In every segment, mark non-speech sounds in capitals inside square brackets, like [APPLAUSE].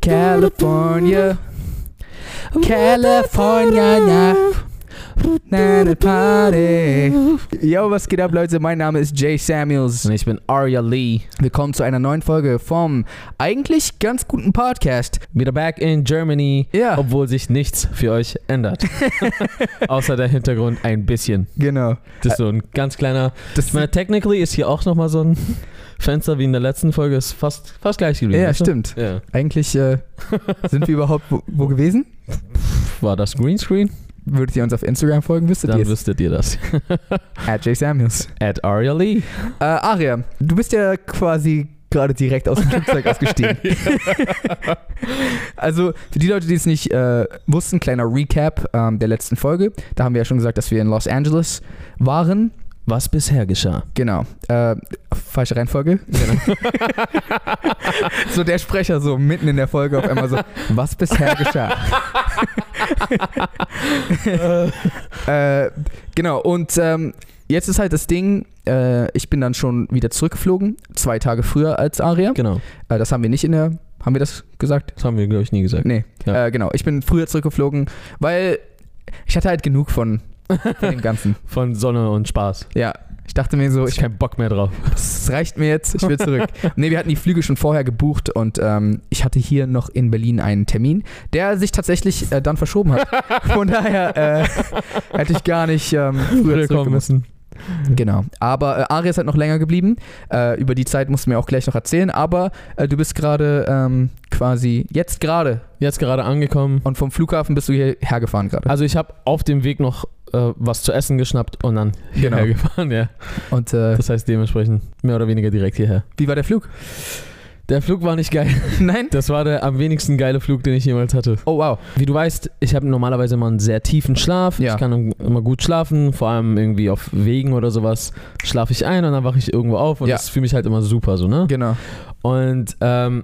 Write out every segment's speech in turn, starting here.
California. California. Na. Na, na, Party. Yo, was geht ab, Leute? Mein Name ist Jay Samuels. Und ich bin Arya Lee. Willkommen zu einer neuen Folge vom eigentlich ganz guten Podcast. Wieder back in Germany. Ja. Obwohl sich nichts für euch [LAUGHS] ändert. Außer der Hintergrund ein bisschen. Genau. Das ist so ein ganz kleiner. Das Ich [LAUGHS] meine, technically ist hier auch nochmal so ein Fenster wie in der letzten Folge. Ist fast, fast gleich geblieben. Ja, weißt du? stimmt. Ja. eigentlich äh, sind wir überhaupt wo, wo gewesen? War das Greenscreen? Würdet ihr uns auf Instagram folgen, wüsstet Dann ihr es. wüsstet ihr das. [LAUGHS] At Jay Samuels. At Arya Lee. Äh, Aria, du bist ja quasi gerade direkt aus dem Flugzeug ausgestiegen. also für die Leute, die es nicht äh, wussten, kleiner Recap ähm, der letzten Folge. Da haben wir ja schon gesagt, dass wir in Los Angeles waren. Was bisher geschah? Genau. Äh, falsche Reihenfolge. Genau. so der Sprecher so mitten in der Folge auf einmal so, was [LAUGHS] bisher geschah. äh, genau, und ähm, jetzt ist halt das Ding, äh, ich bin dann schon wieder zurückgeflogen, zwei Tage früher als Aria. [LAUGHS] Genau. Äh, das haben wir nicht in der, haben wir das gesagt? Das haben wir, glaube ich, nie gesagt. Nee, Ja. äh, genau, ich bin früher zurückgeflogen, weil ich hatte halt genug von, von [LAUGHS] dem Ganzen. Von Sonne und Spaß. Ja, ich dachte mir so, Ich ich hab keinen Bock mehr drauf. das reicht mir jetzt, ich will [LAUGHS] zurück. nee, wir hatten die Flüge schon vorher gebucht und ähm, ich hatte hier noch in Berlin einen Termin, der sich tatsächlich äh, dann verschoben [LAUGHS] hat. Von daher äh, hätte ich gar nicht ähm, früher zurückkommen müssen. Genau. Aber äh, Ari ist halt noch länger geblieben. Äh, über die Zeit musst du mir auch gleich noch erzählen, aber äh, du bist gerade ähm, quasi jetzt gerade Jetzt gerade angekommen. und vom Flughafen bist du hierher gefahren gerade. Also ich habe auf dem Weg noch äh, was zu essen geschnappt und dann Genau. hierher gefahren, ja. Und äh, Das heißt dementsprechend mehr oder weniger direkt hierher. wie war der Flug? Der Flug war nicht geil. [LAUGHS] Nein? Das war der am wenigsten geile Flug, den ich jemals hatte. Oh wow. Wie du weißt, ich habe normalerweise immer einen sehr tiefen Schlaf. Ja. Ich kann um, immer gut schlafen, vor allem irgendwie auf Wegen oder sowas schlafe ich ein und dann wache ich irgendwo auf und Ja. das fühle mich halt immer super so, ne? Genau. Und ähm,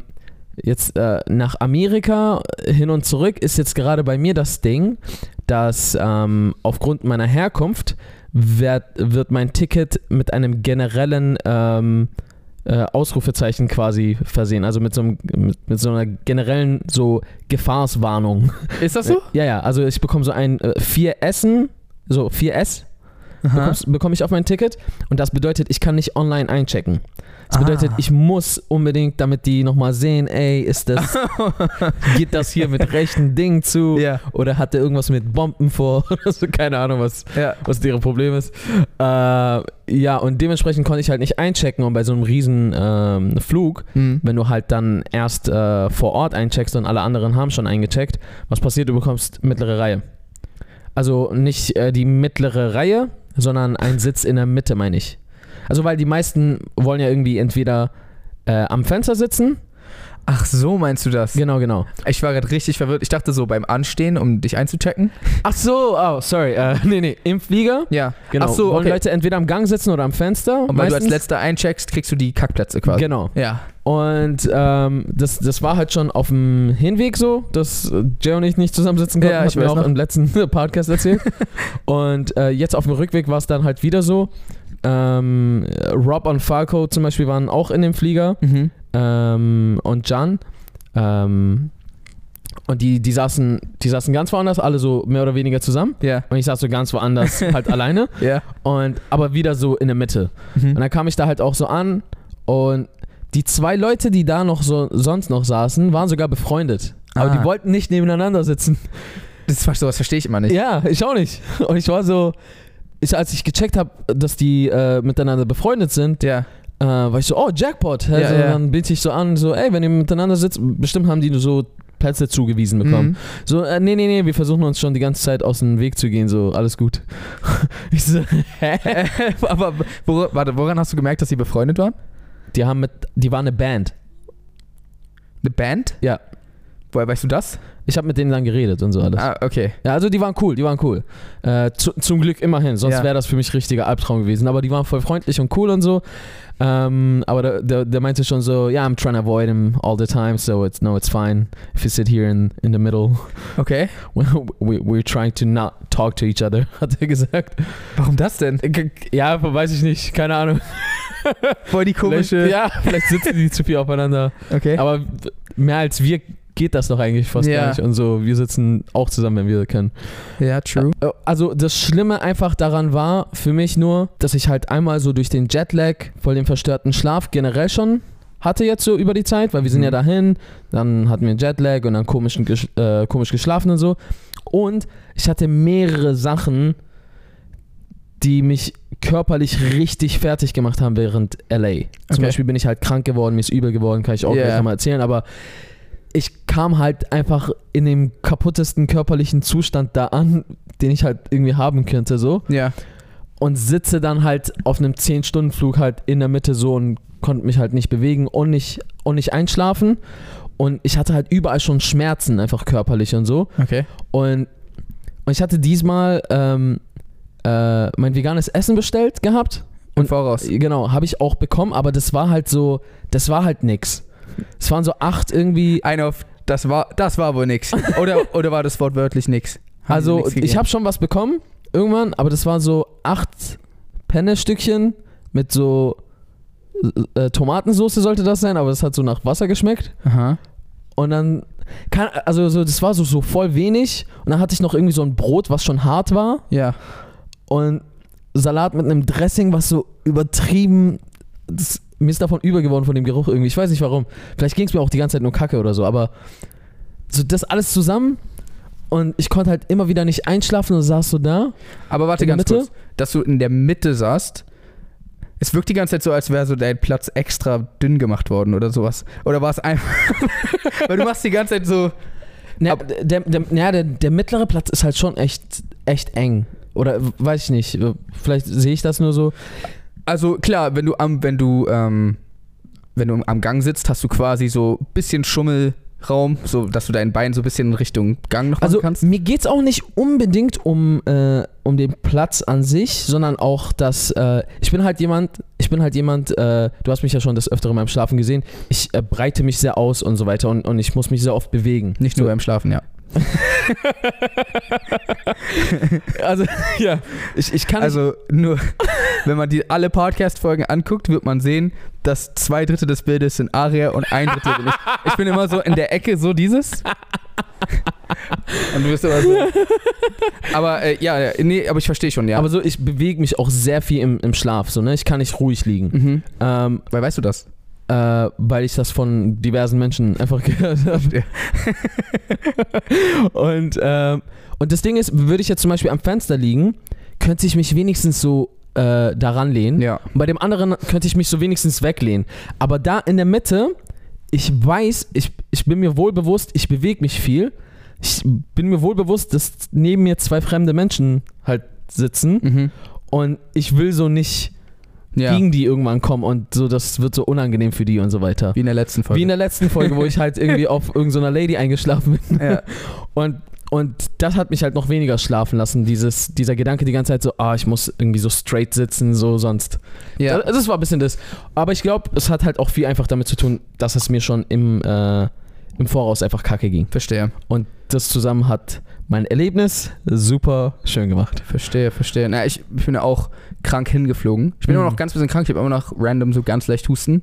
jetzt äh, nach Amerika äh, hin und zurück ist jetzt gerade bei mir das Ding, dass ähm, aufgrund meiner Herkunft wird, wird mein Ticket mit einem generellen ähm, äh, Ausrufezeichen quasi versehen, also mit so, einem, mit, mit so einer generellen so Gefahrswarnung. Ist das so? [LAUGHS] Ja, ja, also ich bekomme so ein äh, 4Essen, so 4S Aha. bekommst- bekomme ich auf mein Ticket und das bedeutet, ich kann nicht online einchecken. Das Ah. bedeutet, ich muss unbedingt, damit die nochmal sehen, ey, ist [LAUGHS] das, geht das hier mit rechten Dingen zu? [LAUGHS] Ja. Oder hat der irgendwas mit Bomben vor? [LAUGHS] Oder so, keine Ahnung, was, Ja. was deren Problem ist. Äh, ja, und dementsprechend konnte ich halt nicht einchecken und bei so einem riesen ähm, Flug, Hm. wenn du halt dann erst äh, vor Ort eincheckst und alle anderen haben schon eingecheckt, was passiert, du bekommst mittlere Reihe. Also nicht äh, die mittlere Reihe, sondern ein Sitz in der Mitte, meine ich. Also weil die meisten wollen ja irgendwie entweder äh, am Fenster sitzen. Ach so, meinst du das? Genau, genau. Ich war gerade richtig verwirrt. Ich dachte so beim Anstehen, um dich einzuchecken. [LAUGHS] Ach so, oh, sorry. Äh, [LAUGHS] nee, nee, im Flieger. Ja. Genau. Ach so, Wollen okay. Leute entweder am Gang sitzen oder am Fenster. Und weil du als meistens. letzter eincheckst, kriegst du die Kackplätze quasi. Genau. Ja. Und ähm, das, das war halt schon auf dem Hinweg so, dass äh, Jay und ich nicht zusammensitzen konnten. Ja, ich hat mir weiß auch noch. im letzten [LAUGHS] Podcast [LAUGHS] erzählt. und äh, jetzt auf dem Rückweg war es dann halt wieder so. Ähm, Rob und Falco zum Beispiel waren auch in dem Flieger Mhm. ähm, und Jan. Ähm, und die, die, saßen, die saßen ganz woanders, alle so mehr oder weniger zusammen. Ja. Und ich saß so ganz [LAUGHS] woanders, halt alleine. Ja. Und, aber wieder so in der Mitte. Und Mhm. dann kam ich da halt auch so an und die zwei Leute, die da noch so sonst noch saßen, waren sogar befreundet. Aber Ah. die wollten nicht nebeneinander sitzen. Das, sowas verstehe ich immer nicht. Ja, ich auch nicht. Und ich war so, ich, als ich gecheckt habe, dass die äh, miteinander befreundet sind, Ja. äh, war ich so, oh, Jackpot. Ja, Also, ja. Dann biete ich so an, so, ey, wenn ihr miteinander sitzt, bestimmt haben die so Plätze zugewiesen bekommen. Mhm. So, äh, nee, nee, nee, wir versuchen uns schon die ganze Zeit aus dem Weg zu gehen, so, alles gut. Ich [LAUGHS] so, hä? Aber wor warte, woran hast du gemerkt, dass sie befreundet waren? Die haben mit, die waren eine Band. Eine Band? Ja. Woher weißt du das? Ich habe mit denen dann geredet und so alles. Ah, okay. Ja, also die waren cool, die waren cool. Äh, zu, zum Glück immerhin, sonst Ja. wäre das für mich richtiger Albtraum gewesen. Aber die waren voll freundlich und cool und so. Ähm, aber der, der, der meinte schon so, yeah, I'm trying to avoid him all the time, so it's no, it's fine. If you sit here in, in the middle, [LAUGHS] Okay. we, we- we're trying to not talk [LAUGHS] to each other, hat er gesagt. Warum das denn? [LAUGHS] Ja, weiß ich nicht, keine Ahnung. Voll die Vielleicht, komische. [LAUGHS] ja, vielleicht sitzen die zu viel aufeinander. Okay. Aber mehr als wir geht das doch eigentlich fast Ja. gar nicht. Und so, wir sitzen auch zusammen, wenn wir können. Ja, true. Äh, Also das Schlimme einfach daran war für mich nur, dass ich halt einmal so durch den Jetlag, voll den verstörten Schlaf generell schon hatte jetzt so über die Zeit, weil wir sind Mhm. ja dahin, dann hatten wir einen Jetlag und dann komischen, gesch- äh, komisch geschlafen und so. Und ich hatte mehrere Sachen, die mich körperlich richtig fertig gemacht haben während LA. Zum Okay. Beispiel bin ich halt krank geworden, mir ist übel geworden, kann ich auch Ja. gleich mal erzählen, aber ich kam halt einfach in dem kaputtesten körperlichen Zustand da an, den ich halt irgendwie haben könnte so Ja. und sitze dann halt auf einem 10 Stunden Flug halt in der Mitte so und konnte mich halt nicht bewegen und nicht und nicht einschlafen und ich hatte halt überall schon Schmerzen einfach körperlich und so Okay. und, und ich hatte diesmal ähm, äh, mein veganes Essen bestellt gehabt Im Und- Voraus. genau habe ich auch bekommen aber das war halt so das war halt nix es waren so acht irgendwie Ein auf, das war, das war wohl nix. Oder, oder war das wortwörtlich nix? Haben die Also nix ich gegeben? habe schon was bekommen irgendwann, aber das waren so acht Penne-Stückchen mit so äh, Tomatensauce sollte das sein, aber das hat so nach Wasser geschmeckt. Aha. Und dann, kann, also so, das war so, so voll wenig. Und dann hatte ich noch irgendwie so ein Brot, was schon hart war. Ja. Und Salat mit einem Dressing, was so übertrieben, das, mir ist davon übel geworden von dem Geruch irgendwie. Ich weiß nicht warum. Vielleicht ging es mir auch die ganze Zeit nur Kacke oder so, aber so das alles zusammen. Und ich konnte halt immer wieder nicht einschlafen und saß so da. Aber warte In der ganz Mitte? kurz, dass du in der Mitte saßt. Es wirkt die ganze Zeit so, als wäre so dein Platz extra dünn gemacht worden oder sowas. Oder war es einfach. [LAUGHS] Weil du machst die ganze Zeit so. Naja, Ab- der, der, naja, der, der mittlere Platz ist halt schon echt, echt eng. Oder w- weiß ich nicht, vielleicht sehe ich das nur so. Also klar, wenn du am, wenn du, ähm, wenn du am Gang sitzt, hast du quasi so ein bisschen Schummelraum, so dass du dein Bein so ein bisschen in Richtung Gang noch machen Also kannst. mir geht es auch nicht unbedingt um, äh, um den Platz an sich, sondern auch, dass äh, ich bin halt jemand, ich bin halt jemand, äh, du hast mich ja schon das öfteren beim Schlafen gesehen, ich äh, breite mich sehr aus und so weiter und, und ich muss mich sehr oft [LAUGHS] bewegen. Nicht nur beim Schlafen, ja. Also, [LAUGHS] ja, ich, ich kann also nur, [LAUGHS] wenn man die alle Podcast-Folgen anguckt, wird man sehen, dass zwei Drittel des Bildes sind Aria und ein Drittel bin ich. Ich bin immer so in der Ecke, so dieses. Und du bist immer so. [LAUGHS] Aber äh, ja, ja, nee, aber ich verstehe schon, ja. aber so, ich bewege mich auch sehr viel im, im Schlaf, so, ne? Ich kann nicht ruhig liegen. mhm. Ähm, Weil weißt du das? äh, weil ich das von diversen Menschen einfach [LAUGHS] gehört habe. und, ähm, und das Ding ist, würde ich jetzt zum Beispiel am Fenster liegen, könnte ich mich wenigstens so äh, daran lehnen. Ja. Und bei dem anderen könnte ich mich so wenigstens weglehnen. Aber da in der Mitte, ich weiß, ich, ich bin mir wohl bewusst, ich bewege mich viel. Ich bin mir wohl bewusst, dass neben mir zwei fremde Menschen halt sitzen Mhm. und ich will so nicht Ja. gegen die irgendwann kommen und so, das wird so unangenehm für die und so weiter. Wie in der letzten Folge. Wie in der letzten Folge, wo ich halt irgendwie auf irgendeiner Lady eingeschlafen bin. ja. Und, und das hat mich halt noch weniger schlafen lassen, dieses, dieser Gedanke die ganze Zeit so, ah, ich muss irgendwie so straight sitzen, so sonst. [LAUGHS] ja. Das, das war ein bisschen das. Aber ich glaube, es hat halt auch viel einfach damit zu tun, dass es mir schon im, äh, im Voraus einfach kacke ging. Verstehe. Und das zusammen hat mein Erlebnis super schön gemacht. Verstehe, verstehe. Na, ich bin ja auch krank hingeflogen. Ich bin Mhm. immer noch ganz bisschen krank. Ich habe immer noch random so ganz leicht Husten.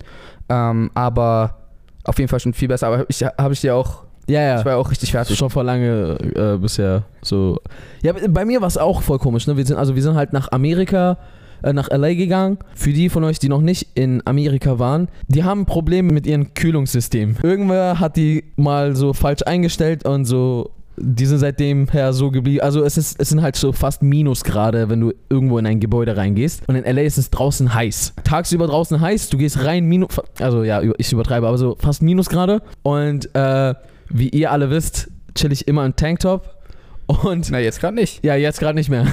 Ähm, aber auf jeden Fall schon viel besser. Aber ich habe ich dir auch. Ja, ja. Ich war ja auch richtig fertig. Schon vor lange äh, bisher so. Ja, b- bei mir war es auch voll komisch. Ne? Wir sind, also wir sind halt nach Amerika, äh, nach LA gegangen. Für die von euch, die noch nicht in Amerika waren, die haben ein Problem mit ihrem Kühlungssystem. Irgendwer hat die mal so falsch eingestellt und so. Die sind seitdem her so geblieben. Also es, ist, es sind halt so fast Minusgrade, wenn du irgendwo in ein Gebäude reingehst. Und in LA ist es draußen heiß. Tagsüber draußen heiß, du gehst rein, Minus, also ja, über- ich übertreibe, aber so fast Minusgrade. Und äh, wie ihr alle wisst, chill ich immer im Tanktop. Und Na, jetzt gerade nicht. ja, jetzt gerade nicht mehr.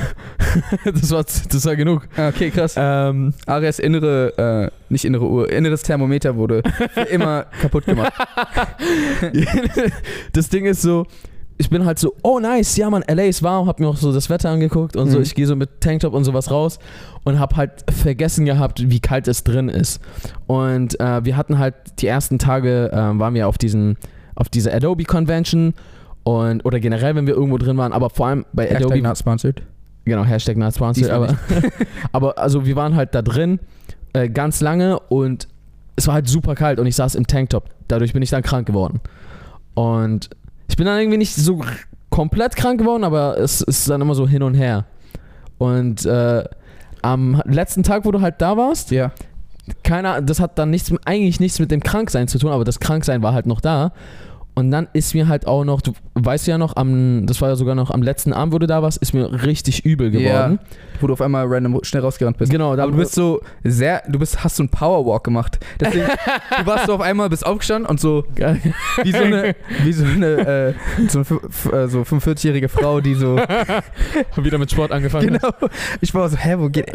[LAUGHS] das, war, das war genug. Ah, Okay, krass. Ähm, Arias innere, äh, nicht innere Uhr, inneres Thermometer wurde für immer kaputt [LAUGHS] gemacht. [LAUGHS] das Ding ist so, ich bin halt so, oh nice, ja man, LA ist warm, hab mir auch so das Wetter angeguckt und so, Mhm. ich gehe so mit Tanktop und sowas raus und hab halt vergessen gehabt, wie kalt es drin ist. Und äh, wir hatten halt die ersten Tage, äh, waren wir auf diesen, auf dieser Adobe Convention und oder generell, wenn wir irgendwo drin waren, aber vor allem bei Adobe not sponsored. Genau, Hashtag Not Sponsored, [LAUGHS] Diesmal aber, aber also wir waren halt da drin äh, ganz lange und es war halt super kalt und ich saß im Tanktop. Dadurch bin ich dann krank geworden. Und ich bin dann irgendwie nicht so komplett krank geworden, aber es ist dann immer so hin und her. Und äh, am letzten Tag, wo du halt da warst, Ja. keiner, das hat dann nichts, eigentlich nichts mit dem Kranksein zu tun, aber das Kranksein war halt noch da. Und dann ist mir halt auch noch, du weißt ja noch, am, das war ja sogar noch am letzten Abend, wo du da warst, ist mir richtig übel geworden. Wo du auf einmal random schnell rausgerannt bist. Genau, da Aber du bist so sehr, du bist, hast so einen Powerwalk gemacht. [LAUGHS] [LAUGHS] Deswegen, du warst so auf einmal, bist aufgestanden und so wie so [LAUGHS] eine, wie so eine, äh, so, eine fü- f- äh, so 45-jährige Frau, die [LAUGHS] so, wieder mit Sport angefangen. genau, ich war so, hä, wo geht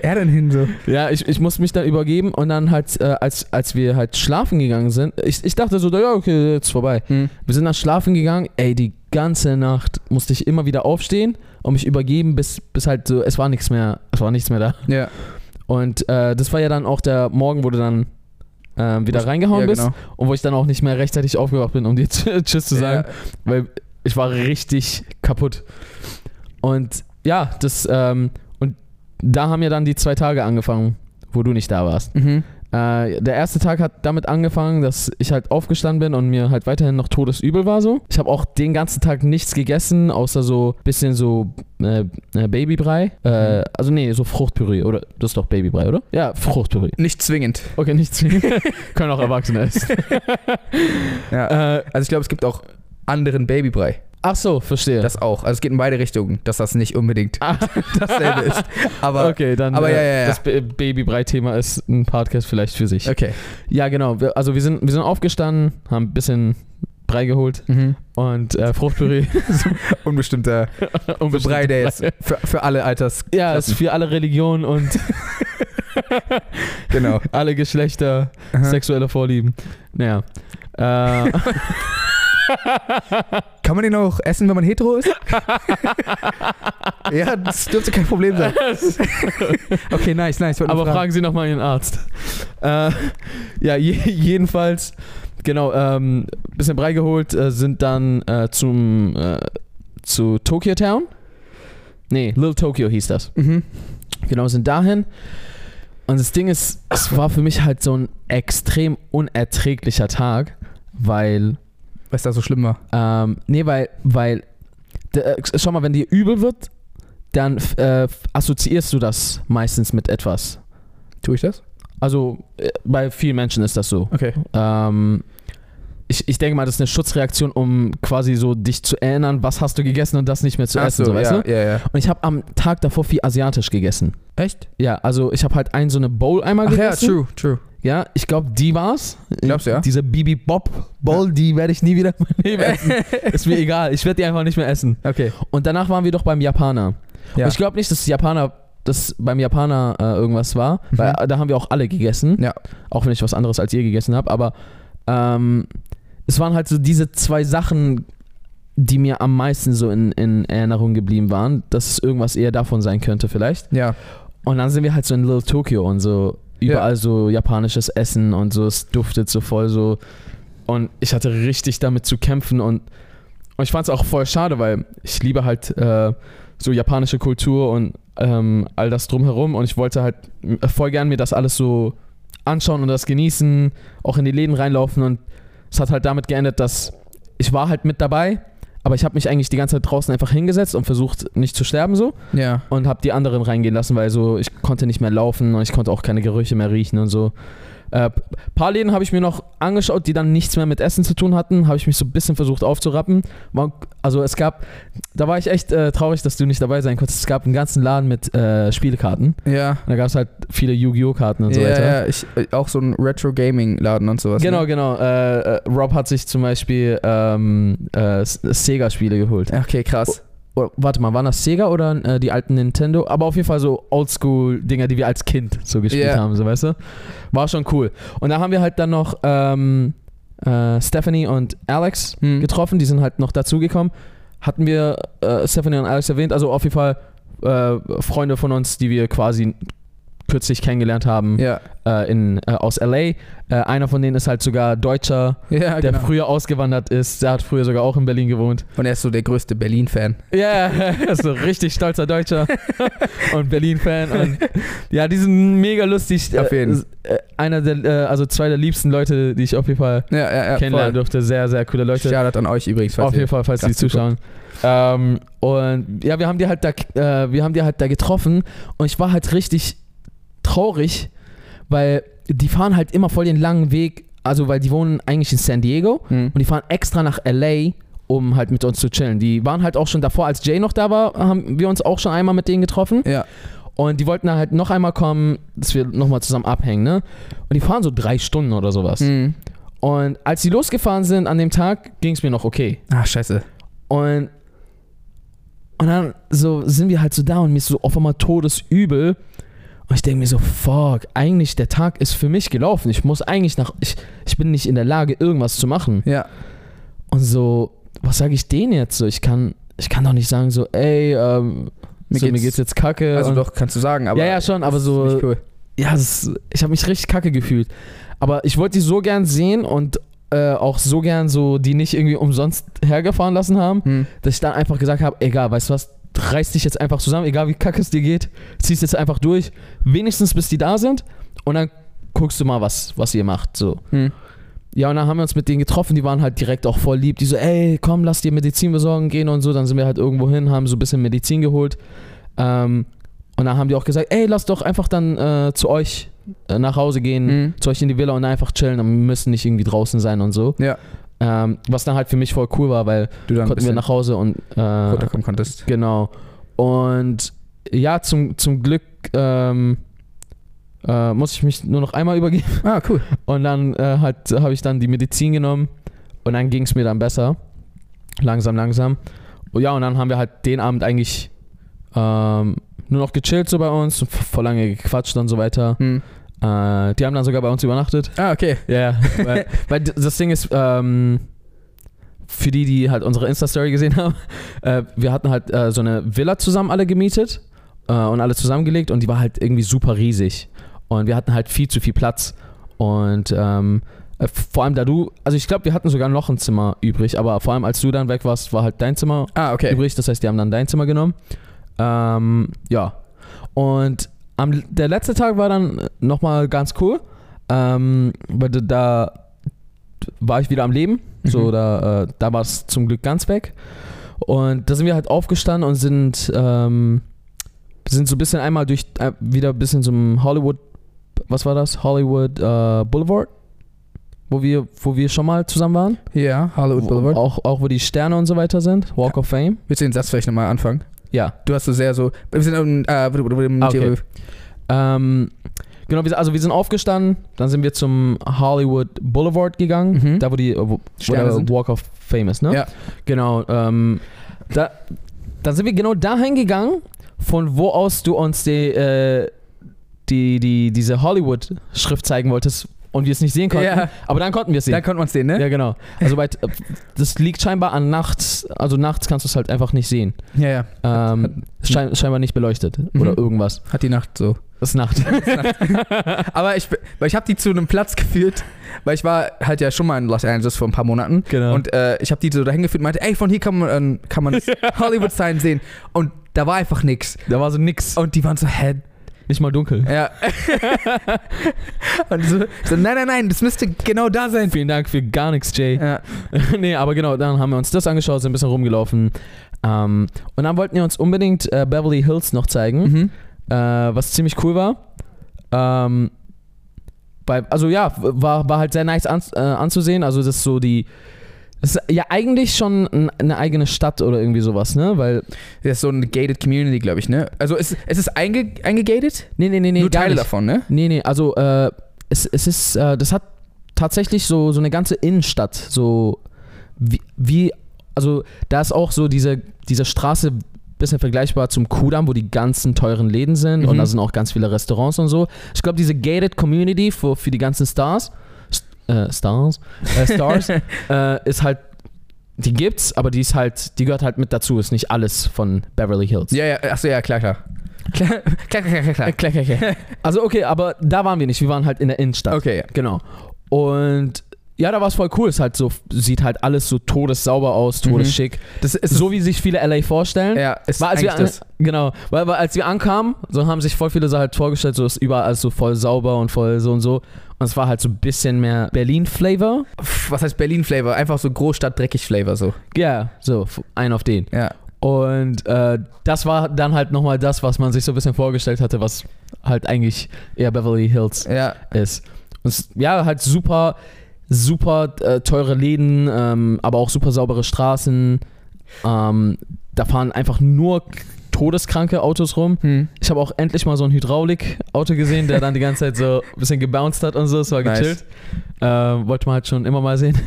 er denn hin so? Ja, ich, ich musste mich dann übergeben und dann halt, äh, als, als wir halt schlafen gegangen sind, ich, ich dachte so, ja, okay, jetzt vorbei. Hm, Wir sind dann schlafen gegangen, ey, die ganze Nacht musste ich immer wieder aufstehen und mich übergeben, bis, bis halt so, es war nichts mehr, es war nichts mehr da. Ja, Und äh, das war ja dann auch der Morgen, wo du dann ähm, wieder reingehauen ja, genau. bist und wo ich dann auch nicht mehr rechtzeitig aufgewacht bin, um dir [LAUGHS] tsch- Tschüss zu sagen, weil ich war richtig kaputt. Und ja, das, ähm, und da haben ja dann die zwei Tage angefangen, wo du nicht da warst. Ja. Mhm. Äh, der erste Tag hat damit angefangen, dass ich halt aufgestanden bin und mir halt weiterhin noch todesübel war so. Ich habe auch den ganzen Tag nichts gegessen, außer so bisschen so äh, äh, Babybrei. Äh, Mhm. also nee, so Fruchtpüree oder das ist doch Babybrei, oder? Ja, Fruchtpüree. Nicht zwingend. Okay, nicht zwingen. [LAUGHS] Können auch Erwachsene essen. Ja. äh, Also ich glaube, es gibt auch anderen Babybrei. ach so, verstehe. Das auch. Also es geht in beide Richtungen, dass das nicht unbedingt Ah. [LAUGHS] dasselbe ist. Aber okay, dann aber äh, ja, ja, ja. das Ba- Babybrei-Thema ist ein Podcast vielleicht für sich. okay. Ja, genau. Wir, also wir sind, wir sind aufgestanden, haben ein bisschen Brei geholt Mhm. und äh, [LAUGHS] Fruchtpüree. Unbestimmter und so Brei, der jetzt für, für alle Alters, Ja, ist für alle Religionen [LAUGHS] und [LAUGHS] genau. alle Geschlechter, sexuelle Vorlieben. Naja. [LAUGHS] Äh, Kann man den auch essen, wenn man hetero [LAUGHS] ist? ja, das dürfte kein Problem [LAUGHS] sein. okay, nice, nice. Ich wollte nur aber fragen Sie nochmal Ihren Arzt. Äh, ja, je, jedenfalls, genau, ähm, bisschen Brei geholt, äh, sind dann äh, zum, äh, zu Tokyo Town. Nee, Little Tokyo hieß das. Mhm. Genau, sind dahin. Und das Ding ist, es war für mich halt so ein extrem unerträglicher Tag, weil Was da so schlimm war. Ähm, nee, weil, weil, d- äh, schau mal, wenn dir übel wird, dann f- äh, f- assoziierst du das meistens mit etwas. Tue ich das? Also äh, bei vielen Menschen ist das so. Okay. Ähm, ich, ich denke mal, das ist eine Schutzreaktion, um quasi so dich zu erinnern, was hast du gegessen und das nicht mehr zu Ach essen, so, so, weißt ja, du? ja, ja. Und ich habe am Tag davor viel asiatisch gegessen. Echt? Ja, also ich habe halt ein so eine Bowl einmal Ach ja, gegessen. true, true. Ja, ich glaube, die war's. Glaubst du, ja? Diese Bibi Bob Bowl, die werde ich nie wieder in meinem [LAUGHS] Leben essen. Ist mir egal, ich werde die einfach nicht mehr essen. Okay. Und danach waren wir doch beim Japaner. Ja. Und ich glaube nicht, dass die Japaner dass beim Japaner äh, irgendwas war, Mhm. weil äh, da haben wir auch alle gegessen. Ja. Auch wenn ich was anderes als ihr gegessen habe, aber ähm, es waren halt so diese zwei Sachen, die mir am meisten so in, in Erinnerung geblieben waren, dass es irgendwas eher davon sein könnte vielleicht. Ja. Und dann sind wir halt so in Little Tokyo und so überall so japanisches Essen und so, es duftet so voll so und ich hatte richtig damit zu kämpfen und, und ich fand es auch voll schade, weil ich liebe halt äh, so japanische Kultur und ähm, all das drumherum und ich wollte halt m- voll gern mir das alles so anschauen und das genießen, auch in die Läden reinlaufen und es hat halt damit geendet, dass ich war halt mit dabei, aber ich habe mich eigentlich die ganze Zeit draußen einfach hingesetzt und versucht nicht zu sterben so Ja. und habe die anderen reingehen lassen, weil so ich konnte nicht mehr laufen und ich konnte auch keine Gerüche mehr riechen und so. Äh, p- paar Läden habe ich mir noch angeschaut, die dann nichts mehr mit Essen zu tun hatten. Habe ich mich so ein bisschen versucht aufzurappen. War, also es gab, da war ich echt äh, traurig, dass du nicht dabei sein konntest. Es gab einen ganzen Laden mit äh, Spielkarten. Ja. Da gab es halt viele Yu-Gi-Oh! Karten und so ja, weiter. ja, ich, äh, auch so ein Retro-Gaming-Laden und sowas. Genau, Ne? genau. Äh, äh, Rob hat sich zum Beispiel ähm, äh, S- Sega-Spiele geholt. Okay, krass. Oder, warte mal, waren das Sega oder äh, die alten Nintendo? Aber auf jeden Fall so Oldschool-Dinger, die wir als Kind so gespielt Ja. haben, so weißt du? War schon cool. Und da haben wir halt dann noch ähm, äh, Stephanie und Alex Hm. getroffen, die sind halt noch dazugekommen. Hatten wir äh, Stephanie und Alex erwähnt, also auf jeden Fall äh, Freunde von uns, die wir quasi kürzlich kennengelernt haben Ja, äh, in, äh, aus LA. Äh, einer von denen ist halt sogar Deutscher, ja der genau. früher ausgewandert ist. Der hat früher sogar auch in Berlin gewohnt. Und er ist so der größte Berlin-Fan. Ja, [LAUGHS] er ist so richtig stolzer [LAUGHS] Deutscher und Berlin-Fan. und- Ja, die sind mega lustig. Auf jeden. Äh, äh, einer der, äh, also zwei der liebsten Leute, die ich auf jeden Fall Ja, ja, ja. kennenlernen voll. durfte. Sehr, sehr coole Leute. Shoutout an euch übrigens. falls Auf ihr- jeden Fall, falls krass die zuschauen. Ähm, und ja, wir haben die halt da, äh, wir haben die halt da getroffen und ich war halt richtig traurig, weil die fahren halt immer voll den langen Weg, also weil die wohnen eigentlich in San Diego Hm. und die fahren extra nach LA, um halt mit uns zu chillen. Die waren halt auch schon davor, als Jay noch da war, haben wir uns auch schon einmal mit denen getroffen. Ja. Und die wollten dann halt noch einmal kommen, dass wir nochmal zusammen abhängen, ne? Und die fahren so drei Stunden oder sowas. Hm. Und als die losgefahren sind an dem Tag, ging es mir noch okay. Ah, scheiße. Und, und dann so sind wir halt so da und mir ist so auf einmal todesübel. Und ich denke mir so, fuck, eigentlich der Tag ist für mich gelaufen. Ich muss eigentlich nach, ich, ich bin nicht in der Lage, irgendwas zu machen. Ja, Und so, was sage ich denen jetzt so? Ich kann, ich kann doch nicht sagen so, ey, ähm, Mir so, mir geht's- geht's jetzt kacke. also und, doch, kannst du sagen, aber. ja, ja, schon, aber ist so, Nicht cool. ja, das ist, ich habe mich richtig kacke gefühlt. Aber ich wollte die so gern sehen und äh, auch so gern so, die nicht irgendwie umsonst hergefahren lassen haben Hm. dass ich dann einfach gesagt habe, egal, weißt du was, reiß dich jetzt einfach zusammen, egal wie kacke es dir geht, ziehst jetzt einfach durch, wenigstens bis die da sind und dann guckst du mal, was, was ihr macht, so. Hm. Ja, und dann haben wir uns mit denen getroffen, die waren halt direkt auch voll lieb, die so, ey, komm, lass dir Medizin besorgen gehen und so, dann sind wir halt irgendwo hin, haben so ein bisschen Medizin geholt ähm, und dann haben die auch gesagt, ey, lass doch einfach dann äh, zu euch äh, nach Hause gehen, Hm. zu euch in die Villa und einfach chillen, wir müssen nicht irgendwie draußen sein und so. Ja. Ähm, was dann halt für mich voll cool war, weil Du dann konnten ein wir bisschen nach Hause und äh, runterkommen konntest. genau und ja zum zum Glück ähm, äh, muss ich mich nur noch einmal übergeben Ah, cool. und dann äh, halt habe ich dann die Medizin genommen und dann ging es mir dann besser langsam langsam und ja und dann haben wir halt den Abend eigentlich ähm, nur noch gechillt so bei uns voll lange gequatscht und so weiter Hm. äh, die haben dann sogar bei uns übernachtet Ah, okay. ja, weil, weil d- das Ding ist, ähm, für die, die halt unsere Insta-Story gesehen haben, [LAUGHS] äh, wir hatten halt äh, so eine Villa zusammen alle gemietet äh, und alle zusammengelegt und die war halt irgendwie super riesig. Und wir hatten halt viel zu viel Platz. Und ähm, äh, vor allem da du, also ich glaube, wir hatten sogar noch ein Zimmer übrig, aber vor allem als du dann weg warst, war halt dein Zimmer Ah, okay. übrig. Das heißt, die haben dann dein Zimmer genommen. Ähm, ja. Und am, der letzte Tag war dann nochmal ganz cool. Ähm, weil da- da war ich wieder am Leben. So, Mhm. da, äh, da war es zum Glück ganz weg. Und da sind wir halt aufgestanden und sind, ähm, sind so ein bisschen einmal durch, äh, wieder ein bisschen zum Hollywood, was war das? Hollywood äh, Boulevard, wo wir, wo wir schon mal zusammen waren. Ja, Hollywood Boulevard. Auch, auch wo die Sterne und so weiter sind. Walk of Fame. Willst du den Satz vielleicht nochmal anfangen? Ja. Du hast so sehr so. Wir sind ähm, äh, Ah, okay. Ähm, genau, wir- also wir sind aufgestanden, dann sind wir zum Hollywood Boulevard gegangen, Mhm. da wo die äh, wo, wo Sterne der sind. Walk of Fame ist, ne? Ja. Genau. Ähm, da, dann sind wir genau dahin gegangen, von wo aus du uns die, äh, die, die, diese Hollywood-Schrift zeigen wolltest und wir es nicht sehen konnten. Ja. Aber dann konnten wir es sehen. Da konnte man es sehen, ne? ja, genau. Also bei, das liegt scheinbar an nachts, also nachts kannst du es halt einfach nicht sehen. Ja, ja. [LAUGHS] Ähm, schein, scheinbar nicht beleuchtet oder Mhm. irgendwas. Hat die Nacht [LAUGHS] so. Das ist Nacht. Aber ich, weil ich habe die zu einem Platz [LAUGHS] geführt, weil ich war halt ja schon mal in Los Angeles vor ein paar Monaten. Genau. Und äh, ich habe die so dahin geführt und meinte, ey, von hier kann man, äh, kann [LAUGHS] man das Hollywood-Sign sehen. Und da war einfach nix. da war so nix. Und die waren so, hä? Nicht mal dunkel. Ja. [LAUGHS] und so, so, nein, nein, nein, das müsste genau da sein. Vielen Dank für gar nichts, Jay. Ja. [LAUGHS] nee, aber genau, dann haben wir uns das angeschaut, sind ein bisschen rumgelaufen. Ähm, und dann wollten wir uns unbedingt äh, Beverly Hills noch zeigen, Mhm. äh, was ziemlich cool war. Ähm, bei, also ja, war, war halt sehr nice an, äh, anzusehen. Also das ist so die... Das ist ja eigentlich schon n- eine eigene Stadt oder irgendwie sowas, ne? Weil... Das ist so eine gated Community, glaube ich, ne? Also es, es ist einge, eingegated? Nee, nee, nee, nee, Nur gar Teile nicht. davon, ne? Nee, nee, also äh, es, es ist, äh, das hat tatsächlich so, so eine ganze Innenstadt, so wie, wie also da ist auch so diese, diese Straße bisschen vergleichbar zum Kudamm, wo die ganzen teuren Läden sind und Mhm. da sind auch ganz viele Restaurants und so. Ich glaube, diese gated Community für, für die ganzen Stars, St äh, Stars, äh, Stars, äh, ist halt, die gibt's, aber die ist halt, die gehört halt mit dazu, ist nicht alles von Beverly Hills. Äh, Ja, ja, achso, ja, klar, klar. Klar, klar, klar, klar, klar. Klack, klack, klack. Also okay, aber da waren wir nicht. Wir waren halt in der Innenstadt. Okay, ja. Genau. Und ja, da war es voll cool. Es halt so, sieht halt alles so todessauber aus, todesschick. Das Mhm. ist So wie sich viele LA vorstellen. ja, ist Weil als, wir eigentlich an, das. genau, weil, weil als wir ankamen, so haben sich voll viele so halt vorgestellt, so ist überall alles so voll sauber und voll so und so. Und es war halt so ein bisschen mehr Berlin-Flavor. Pff, Was heißt Berlin-Flavor? Einfach so Großstadt-Dreckig-Flavor so. Ja, so, f- ein auf den. Ja. Und äh, das war dann halt nochmal das, was man sich so ein bisschen vorgestellt hatte, was halt eigentlich eher Beverly Hills Ja. ist. Und es, ja, halt super, super äh, teure Läden, ähm, aber auch super saubere Straßen. Ähm, da fahren einfach nur todeskranke Autos rum. Hm. Ich habe auch endlich mal so ein Hydraulikauto gesehen, der dann die ganze Zeit so ein bisschen gebounced hat und so. Es war Nice. gechillt. Ähm, wollte man halt schon immer mal sehen.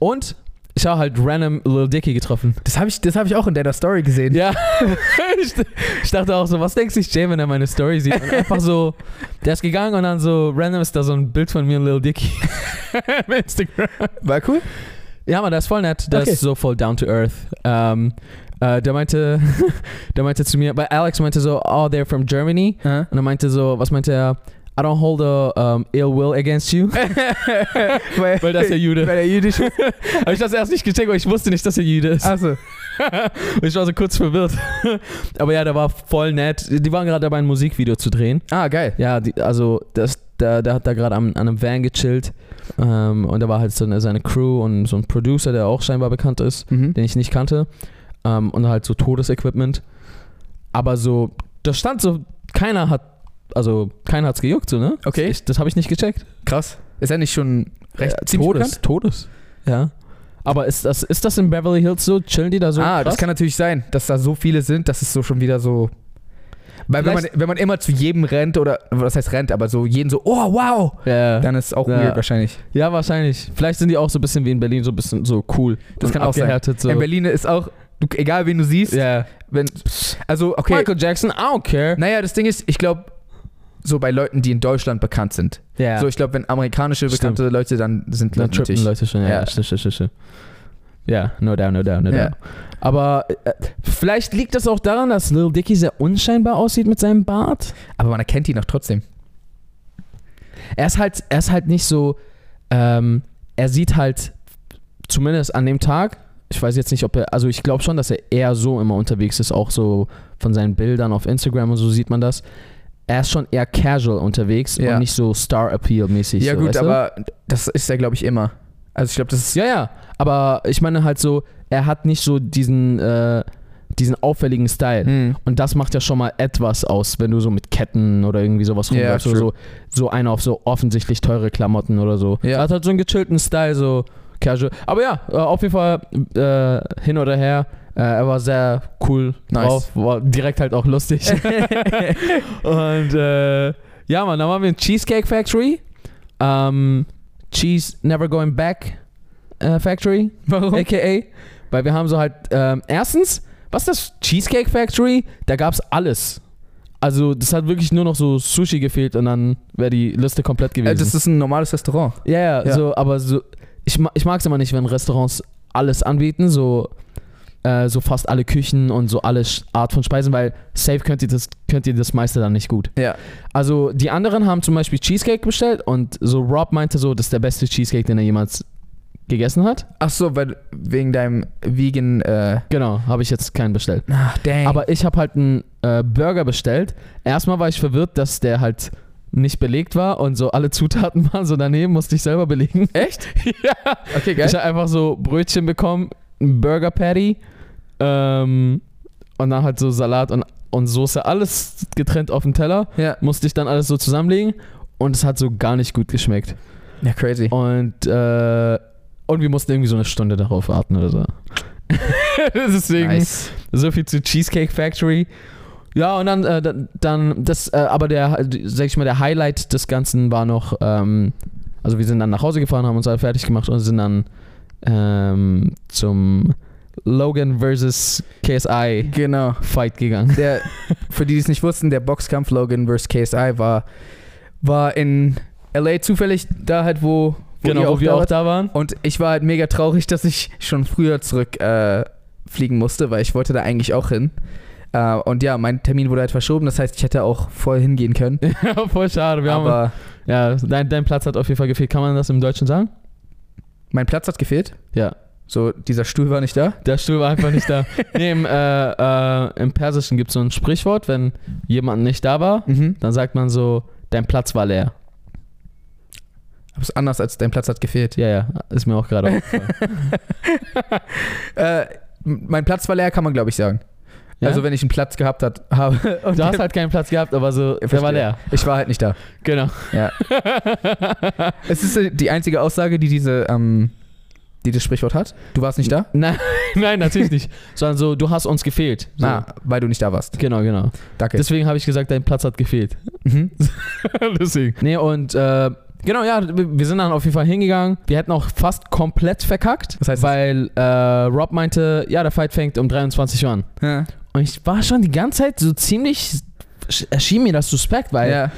Und ich habe halt random Lil Dicky getroffen. Das habe ich, das hab ich auch in deiner Story gesehen. Ja, [LAUGHS] ich, ich dachte auch so, was denkt sich Jay, wenn er meine Story sieht? Und einfach so, der ist gegangen und dann so random ist da so ein Bild von mir und Lil [LAUGHS] Dicky. Auf Instagram. War cool? Ja, Mann, der ist voll nett. Der Okay. ist so voll down to earth. Ähm, äh, der meinte, [LAUGHS] der meinte zu mir, weil Alex meinte so, oh, they're from Germany. Ja. Und er meinte so, was meinte er? I don't hold a um, ill will against you. [LAUGHS] weil, Weil das ist ja Jude. Weil er jüdisch ist. Habe [LAUGHS] ich das erst nicht gecheckt, weil ich wusste nicht, dass er Jude ist. Achso. Und [LAUGHS] ich war so kurz verwirrt. [LAUGHS] Aber ja, der war voll nett. Die waren gerade dabei, ein Musikvideo zu drehen. Ah, geil. Ja, die, also das, der, der hat da gerade am- an einem Van gechillt. Ähm, und da war halt so eine, seine Crew und so ein Producer, der auch scheinbar bekannt ist. Mhm. den ich nicht kannte. Ähm, und halt so Todesequipment. Aber so, das stand so, keiner hat, also keiner hat's gejuckt, so, ne? Okay. Ich, das habe ich nicht gecheckt. Krass. Ist er nicht schon recht Äh, ziemlich Todes, bekannt? Todes. Ja. Aber ist das, ist das in Beverly Hills so? Chillen die da so? ah, das Also krass? kann natürlich sein, dass da so viele sind, dass es so schon wieder so. Weil wenn man, Vielleicht- wenn man immer zu jedem rennt oder was heißt rennt, aber so jeden so, oh wow, Ja, ja. dann ist es auch Ja. weird wahrscheinlich. ja, wahrscheinlich. Vielleicht sind die auch so ein bisschen wie in Berlin, so ein bisschen so cool. Das und kann auch sein. abgehärtet, So. In Berlin ist auch, du, egal wen du siehst, Ja. wenn, also okay, Michael Jackson, I don't care. naja, das Ding ist, ich glaube, so bei Leuten, die in Deutschland bekannt sind. Ja. So, ich glaube, wenn amerikanische Stimmt. bekannte Leute, dann sind Dann Leute trippen natürlich. Leute schon, ja. Ja. ja. Stimmt, stimmt, stimmt, stimmt. Ja, no doubt, no doubt, no Ja. doubt. Aber äh, vielleicht liegt das auch daran, dass Lil Dicky sehr unscheinbar aussieht mit seinem Bart. Aber man erkennt ihn auch trotzdem. Er ist halt, er ist halt nicht so, ähm, er sieht halt, zumindest an dem Tag, ich weiß jetzt nicht, ob er, also ich glaube schon, dass er eher so immer unterwegs ist, auch so von seinen Bildern auf Instagram und so sieht man das. Er ist schon eher casual unterwegs Ja. und nicht so Star-Appeal-mäßig. ja, so, gut, weißt du? aber das ist ja, glaube ich, immer. Also, ich glaube, das ist. Ja, ja, aber ich meine halt so, er hat nicht so diesen, äh, diesen auffälligen Style. Hm. Und das macht ja schon mal etwas aus, wenn du so mit Ketten oder irgendwie sowas Ja, rumläufst oder true. so, so einer auf so offensichtlich teure Klamotten oder so. Ja. Er hat halt so einen gechillten Style, so casual. Aber ja, äh, auf jeden Fall äh, hin oder her. Äh, er war sehr cool Nice. drauf, war direkt halt auch [LAUGHS] lustig. Und äh, ja, Mann, dann waren wir in Cheesecake Factory. Ähm, Cheese Never Going Back äh, Factory. Warum? AKA. Weil wir haben so halt, ähm, erstens, was ist das? Cheesecake Factory? Da gab's alles. Also, das hat wirklich nur noch so Sushi gefehlt und dann wäre die Liste komplett Äh, gewesen. das ist ein normales Restaurant. ja, ja, Ja. so, aber so, ich, ma- ich mag's immer nicht, wenn Restaurants alles anbieten, so, äh, so fast alle Küchen und so alle Sch- Art von Speisen, weil safe könnt ihr das, könnt ihr das meiste dann nicht gut. Ja. Also, die anderen haben zum Beispiel Cheesecake bestellt und so Rob meinte so, das ist der beste Cheesecake, den er jemals gegessen hat. Ach so, weil wegen deinem Vegan. Äh, Genau, habe ich jetzt keinen bestellt. ach, dang. Aber ich habe halt einen äh, Burger bestellt. Erstmal war ich verwirrt, dass der halt nicht belegt war und so alle [LAUGHS] Zutaten waren so daneben, musste ich selber belegen. Echt? [LAUGHS] ja. Okay, Ich habe einfach so Brötchen bekommen, ein Burger Patty ähm, und dann halt so Salat und, und Soße, alles getrennt auf dem Teller. Ja. Musste ich dann alles so zusammenlegen und es hat so gar nicht gut geschmeckt. Ja, crazy. Und, äh, und wir mussten irgendwie so eine Stunde darauf warten oder so. [LAUGHS] Deswegen Nice. so viel zu Cheesecake Factory. Ja, und dann, äh, dann- dann das, äh, aber der, sag ich mal, der Highlight des Ganzen war noch, ähm, also wir sind dann nach Hause gefahren, haben uns alle fertig gemacht und sind dann ähm, zum Logan versus KSI Genau. Fight gegangen. Der, für die, die es nicht wussten, der Boxkampf Logan vs. KSI war, war in LA zufällig da halt, wo, wo ihr Genau, wo wir auch wart. da waren. Und ich war halt mega traurig, dass ich schon früher zurück äh, fliegen musste, weil ich wollte da eigentlich auch hin. Äh, und ja, mein Termin wurde halt verschoben, das heißt, ich hätte auch voll hingehen können. ja, [LAUGHS] voll schade. Wir haben, aber ja, dein, dein Platz hat auf jeden Fall gefehlt. Kann man das im Deutschen sagen? mein Platz hat gefehlt. Ja. So, dieser Stuhl war nicht da. Der Stuhl war einfach [LAUGHS] nicht da. nee, im, äh, äh, im Persischen gibt es so ein Sprichwort, wenn jemand nicht da war, Mhm. dann sagt man so, dein Platz war leer. Aber es ist anders als dein Platz hat gefehlt. Ja, ja, ist mir auch gerade [LAUGHS] aufgefallen. Äh, m- mein Platz war leer, kann man glaube ich sagen. Ja? Also, wenn ich einen Platz gehabt hat, [LAUGHS] habe. und du hast halt keinen Platz gehabt, aber so, der war verstehe. leer. Ich war halt nicht da. Genau. [LAUGHS] Ja. es ist äh, die einzige Aussage, die diese, ähm, die das Sprichwort hat. Du warst nicht da? Nein, nein, natürlich nicht. Sondern so, du hast uns gefehlt. So. Ah, weil du nicht da warst. Genau, genau. Danke. Deswegen habe ich gesagt, dein Platz hat [LAUGHS] gefehlt. mhm. [LAUGHS] Deswegen. Nee, und äh, genau, ja, wir wir sind dann auf jeden Fall hingegangen. Wir hätten auch fast komplett verkackt, Was heißt das? weil äh, Rob meinte, ja, der Fight fängt um 23 Uhr an. Ja. Und ich war schon die ganze Zeit so ziemlich, erschien mir das suspekt, weil ja.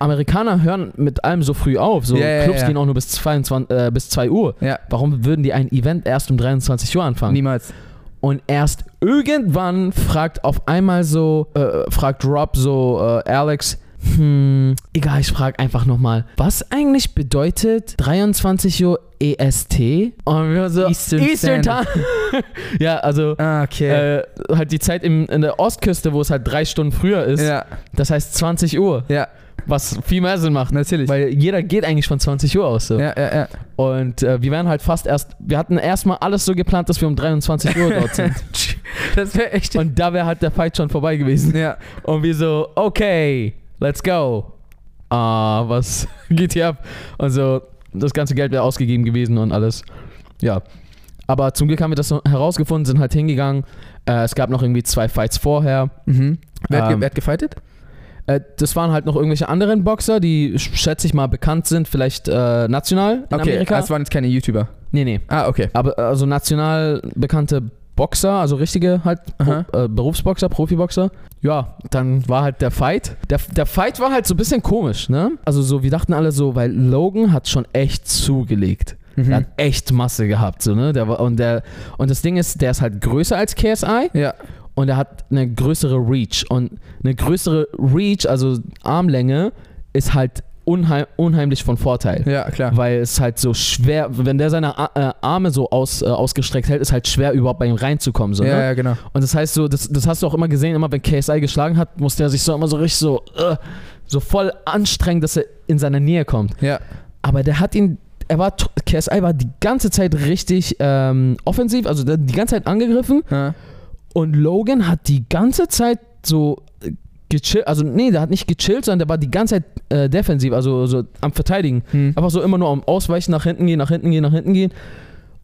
Amerikaner hören mit allem so früh auf. So Ja, ja, Clubs ja. gehen auch nur bis, 22, äh, bis 2 Uhr. Ja. Warum würden die ein Event erst um 23 Uhr anfangen? Niemals. Und erst irgendwann fragt auf einmal so, äh, fragt Rob so, äh, Alex, hm, egal, ich frage einfach nochmal, was eigentlich bedeutet 23 Uhr EST? Und wir so, Eastern Standard. Time. [LAUGHS] ja, also Ah, okay. äh, halt die Zeit im, in der Ostküste, wo es halt drei Stunden früher ist, ja, das heißt 20 Uhr, ja, was viel mehr Sinn macht. natürlich. Weil jeder geht eigentlich von 20 Uhr aus. So. ja, ja, ja. Und äh, wir wären halt fast erst, wir hatten erstmal alles so geplant, dass wir um 23 Uhr dort [LAUGHS] sind. Das wäre echt. Und da wäre halt der Fight schon vorbei gewesen. ja. Und wir so, okay, let's go. Ah, was [LAUGHS] geht hier ab? Und so, das ganze Geld wäre ausgegeben gewesen und alles. Ja. Aber zum Glück haben wir das so herausgefunden, sind halt hingegangen. Äh, es gab noch irgendwie zwei Fights vorher. Mhm. Wer, hat ge- Ähm, wer hat gefightet? Äh, das waren halt noch irgendwelche anderen Boxer, die sch- schätze ich mal bekannt sind, vielleicht äh, national in Okay, also Amerika. das waren jetzt keine YouTuber. nee, nee. Ah, okay. Aber äh, also national bekannte Boxer, also richtige halt Aha. Pro, äh, Berufsboxer, Profiboxer. Ja, dann war halt der Fight. Der, der Fight war halt so ein bisschen komisch, ne? Also so, wir dachten alle so, weil Logan hat schon echt zugelegt. Mhm. Er hat echt Masse gehabt, so, ne? Der war, und, der, und das Ding ist, der ist halt größer als KSI Ja, und er hat eine größere Reach. Und eine größere Reach, also Armlänge, ist halt unheim, unheimlich von Vorteil. ja, klar. Weil es halt so schwer, wenn der seine A- äh, Arme so aus, äh, ausgestreckt hält, ist halt schwer überhaupt bei ihm reinzukommen. So, ja, ne? ja, genau. Und das heißt so, das, das hast du auch immer gesehen, immer wenn KSI geschlagen hat, musste er sich so immer so richtig so, äh, so voll anstrengen, dass er in seine Nähe kommt. Ja, Aber der hat ihn, er war, tr- KSI war die ganze Zeit richtig ähm, offensiv, also der, hat die ganze Zeit angegriffen ja. und Logan hat die ganze Zeit so äh, gechillt, also nee, der hat nicht gechillt, sondern der war die ganze Zeit äh, defensiv, also so am Verteidigen. Hm. Einfach so immer nur am Ausweichen, nach hinten gehen, nach hinten gehen, nach hinten gehen.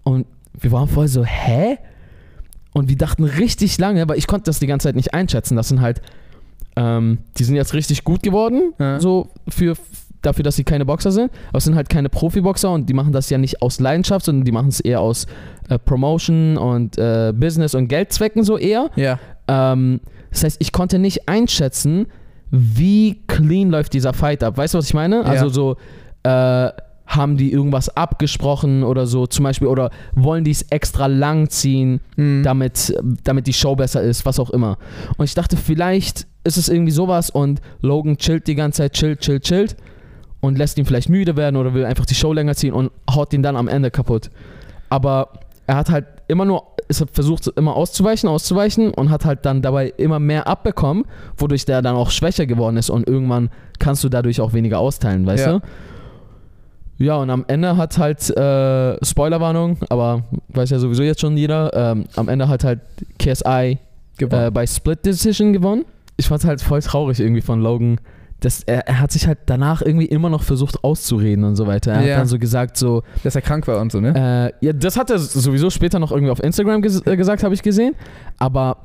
Und wir waren voll so, hä? Und wir dachten richtig lange, aber ich konnte das die ganze Zeit nicht einschätzen. Das sind halt, ähm, die sind jetzt richtig gut geworden, Ja. so für dafür, dass sie keine Boxer sind. Aber es sind halt keine Profiboxer und die machen das ja nicht aus Leidenschaft, sondern die machen es eher aus äh, Promotion und äh, Business und Geldzwecken so eher. Ja, Ähm, das heißt, ich konnte nicht einschätzen, wie clean läuft dieser Fight ab. Weißt du, was ich meine? Also so, äh, haben die irgendwas abgesprochen oder so zum Beispiel oder wollen die es extra lang ziehen, Mhm. damit, damit die Show besser ist, was auch immer. Und ich dachte, vielleicht ist es irgendwie sowas und Logan chillt die ganze Zeit, chillt, chillt, chillt und lässt ihn vielleicht müde werden oder will einfach die Show länger ziehen und haut ihn dann am Ende kaputt. Aber er hat halt immer nur, es hat versucht immer auszuweichen, auszuweichen und hat halt dann dabei immer mehr abbekommen, wodurch der dann auch schwächer geworden ist und irgendwann kannst du dadurch auch weniger austeilen, weißt Ja. du? Ja, und am Ende hat halt, äh, Spoilerwarnung, aber weiß ja sowieso jetzt schon jeder, ähm, am Ende hat halt KSI äh, gewonnen. bei Split Decision gewonnen. Ich fand es halt voll traurig irgendwie von Logan. Dass er, er hat sich halt danach irgendwie immer noch versucht auszureden und so weiter. Er Ja. hat dann so gesagt, so, Dass er krank war und so, ne? äh, ja, das hat er sowieso später noch irgendwie auf Instagram ges äh, gesagt, habe ich gesehen. Aber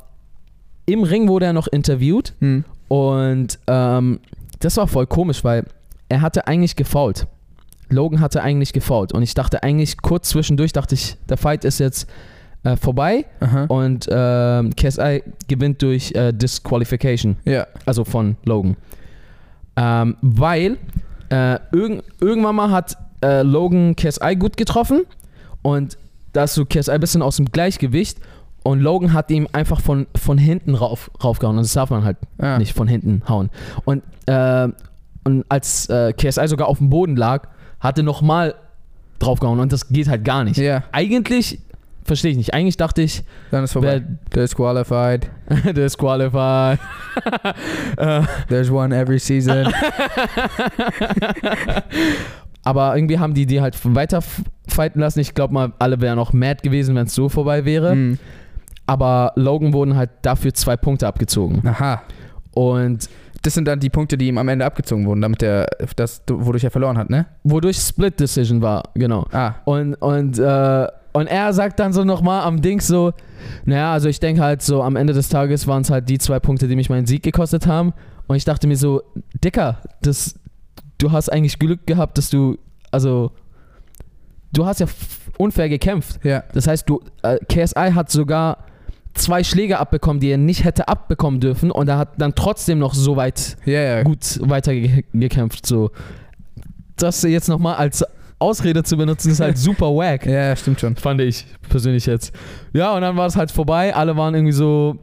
im Ring wurde er noch interviewt Hm. und ähm, das war voll komisch, weil er hatte eigentlich gefault. Logan hatte eigentlich gefault und ich dachte eigentlich kurz zwischendurch, dachte ich, der Fight ist jetzt äh, vorbei Aha. und ähm, KSI gewinnt durch äh, Disqualification, Ja, also von Logan. Ähm, weil äh, irgend, irgendwann mal hat äh, Logan KSI gut getroffen und da ist so KSI ein bisschen aus dem Gleichgewicht Und Logan hat ihm einfach von, von hinten rauf, raufgehauen. Und das darf man halt Ja. nicht von hinten hauen. Und, äh, und als äh, KSI sogar auf dem Boden lag, hatte nochmal draufgehauen. Und das geht halt gar nicht. Ja, Eigentlich verstehe ich nicht. Eigentlich dachte ich, dann ist wer vorbei. Disqualified. [LAUGHS] disqualified. There's one every season. [LAUGHS] Aber irgendwie haben die die halt weiter f- fighten lassen. Ich glaube mal, alle wären auch mad gewesen, wenn es so vorbei wäre. Mhm. Aber Logan wurden halt dafür zwei Punkte abgezogen. Aha. Und Das sind dann die Punkte, die ihm am Ende abgezogen wurden, damit er das, wodurch er verloren hat, ne? wodurch Split Decision war, genau. Ah. Und, und, äh, und er sagt dann so nochmal am Ding so, naja, also ich denke halt so, am Ende des Tages waren es halt die zwei Punkte, die mich meinen Sieg gekostet haben. Und ich dachte mir so, Dicker, das, du hast eigentlich Glück gehabt, dass du, also, du hast ja f- unfair gekämpft. Ja. Das heißt, du, äh, KSI hat sogar zwei Schläge abbekommen, die er nicht hätte abbekommen dürfen. Und er hat dann trotzdem noch so weit Ja, ja. gut weitergekämpft. So. Das jetzt nochmal als Ausrede zu benutzen, ist halt super wack. Ja, stimmt schon. Fand ich persönlich jetzt. Ja, und dann war es halt vorbei. Alle waren irgendwie so.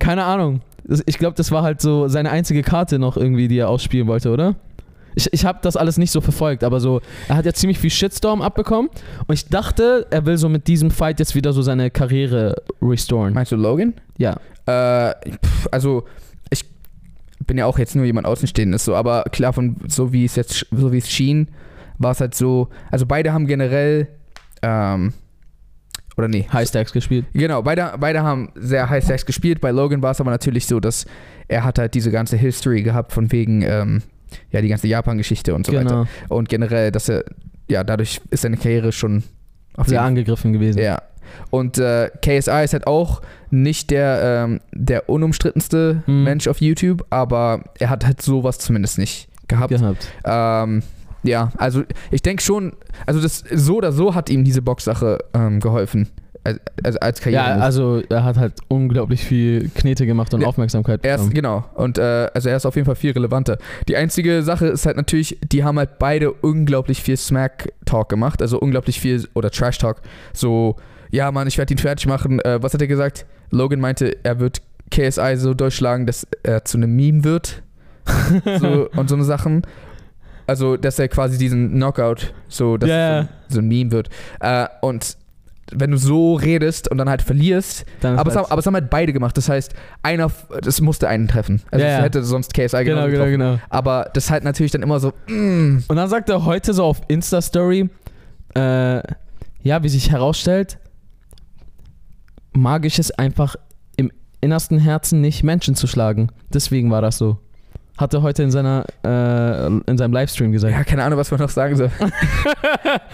Keine Ahnung. Das- Ich glaube, das war halt so seine einzige Karte noch irgendwie, die er ausspielen wollte, oder? Ich, ich habe das alles nicht so verfolgt, aber so, er hat ja ziemlich viel Shitstorm abbekommen und ich dachte, er will so mit diesem Fight jetzt wieder so seine Karriere restoren. Meinst du Logan? Ja. Äh, pf, also ich bin ja auch jetzt nur jemand Außenstehendes, so, aber klar, von so wie es jetzt, sch- so wie es schien, war es halt so, also beide haben generell, ähm, oder nee, High Stacks gespielt. Genau, beide, beide haben sehr High Sex gespielt. Bei Logan war es aber natürlich so, dass er hat halt diese ganze History gehabt von wegen, ähm, ja, die ganze Japan-Geschichte und so weiter. genau. Und generell, dass er, ja, dadurch ist seine Karriere schon auf Sehr jeden angegriffen gewesen. Ja. Und äh, KSI ist halt auch nicht der, ähm, der unumstrittenste Hm. Mensch auf YouTube, aber er hat halt sowas zumindest nicht gehabt. gehabt. Ähm, ja, also ich denke schon, also das so oder so hat ihm diese Boxsache ähm, geholfen. Als- Also als Ja, Karriere. also er hat halt unglaublich viel Knete gemacht und Ja. Aufmerksamkeit Er ist, bekommen. genau. Und äh, also er ist auf jeden Fall viel relevanter. Die einzige Sache ist halt natürlich, die haben halt beide unglaublich viel Smack-Talk gemacht, also unglaublich viel oder Trash-Talk. So, ja, Mann, ich werde ihn fertig machen. Äh, was hat er gesagt? Logan meinte, er wird KSI so durchschlagen, dass er zu einem Meme wird. [LAUGHS] so, und so eine Sachen. Also, dass er quasi diesen Knockout, so, dass Ja, es ja. so, ein- so ein Meme wird. Äh, und wenn du so redest und dann halt verlierst, Dann ist aber, es halt- haben, aber es haben halt beide gemacht. Das heißt, einer, f- das musste einen treffen. Also Ja, es ja. hätte sonst genau, KSI genau, genau, getroffen. genau. Aber das ist halt natürlich dann immer so, mm, Und dann sagt er heute so auf Insta-Story, äh, ja, wie sich herausstellt, mag ich es einfach im innersten Herzen nicht, Menschen zu schlagen. Deswegen war das so. Hat er heute in, seiner, äh, in seinem Livestream gesagt. ja, keine Ahnung, was man noch [LAUGHS] sagen soll.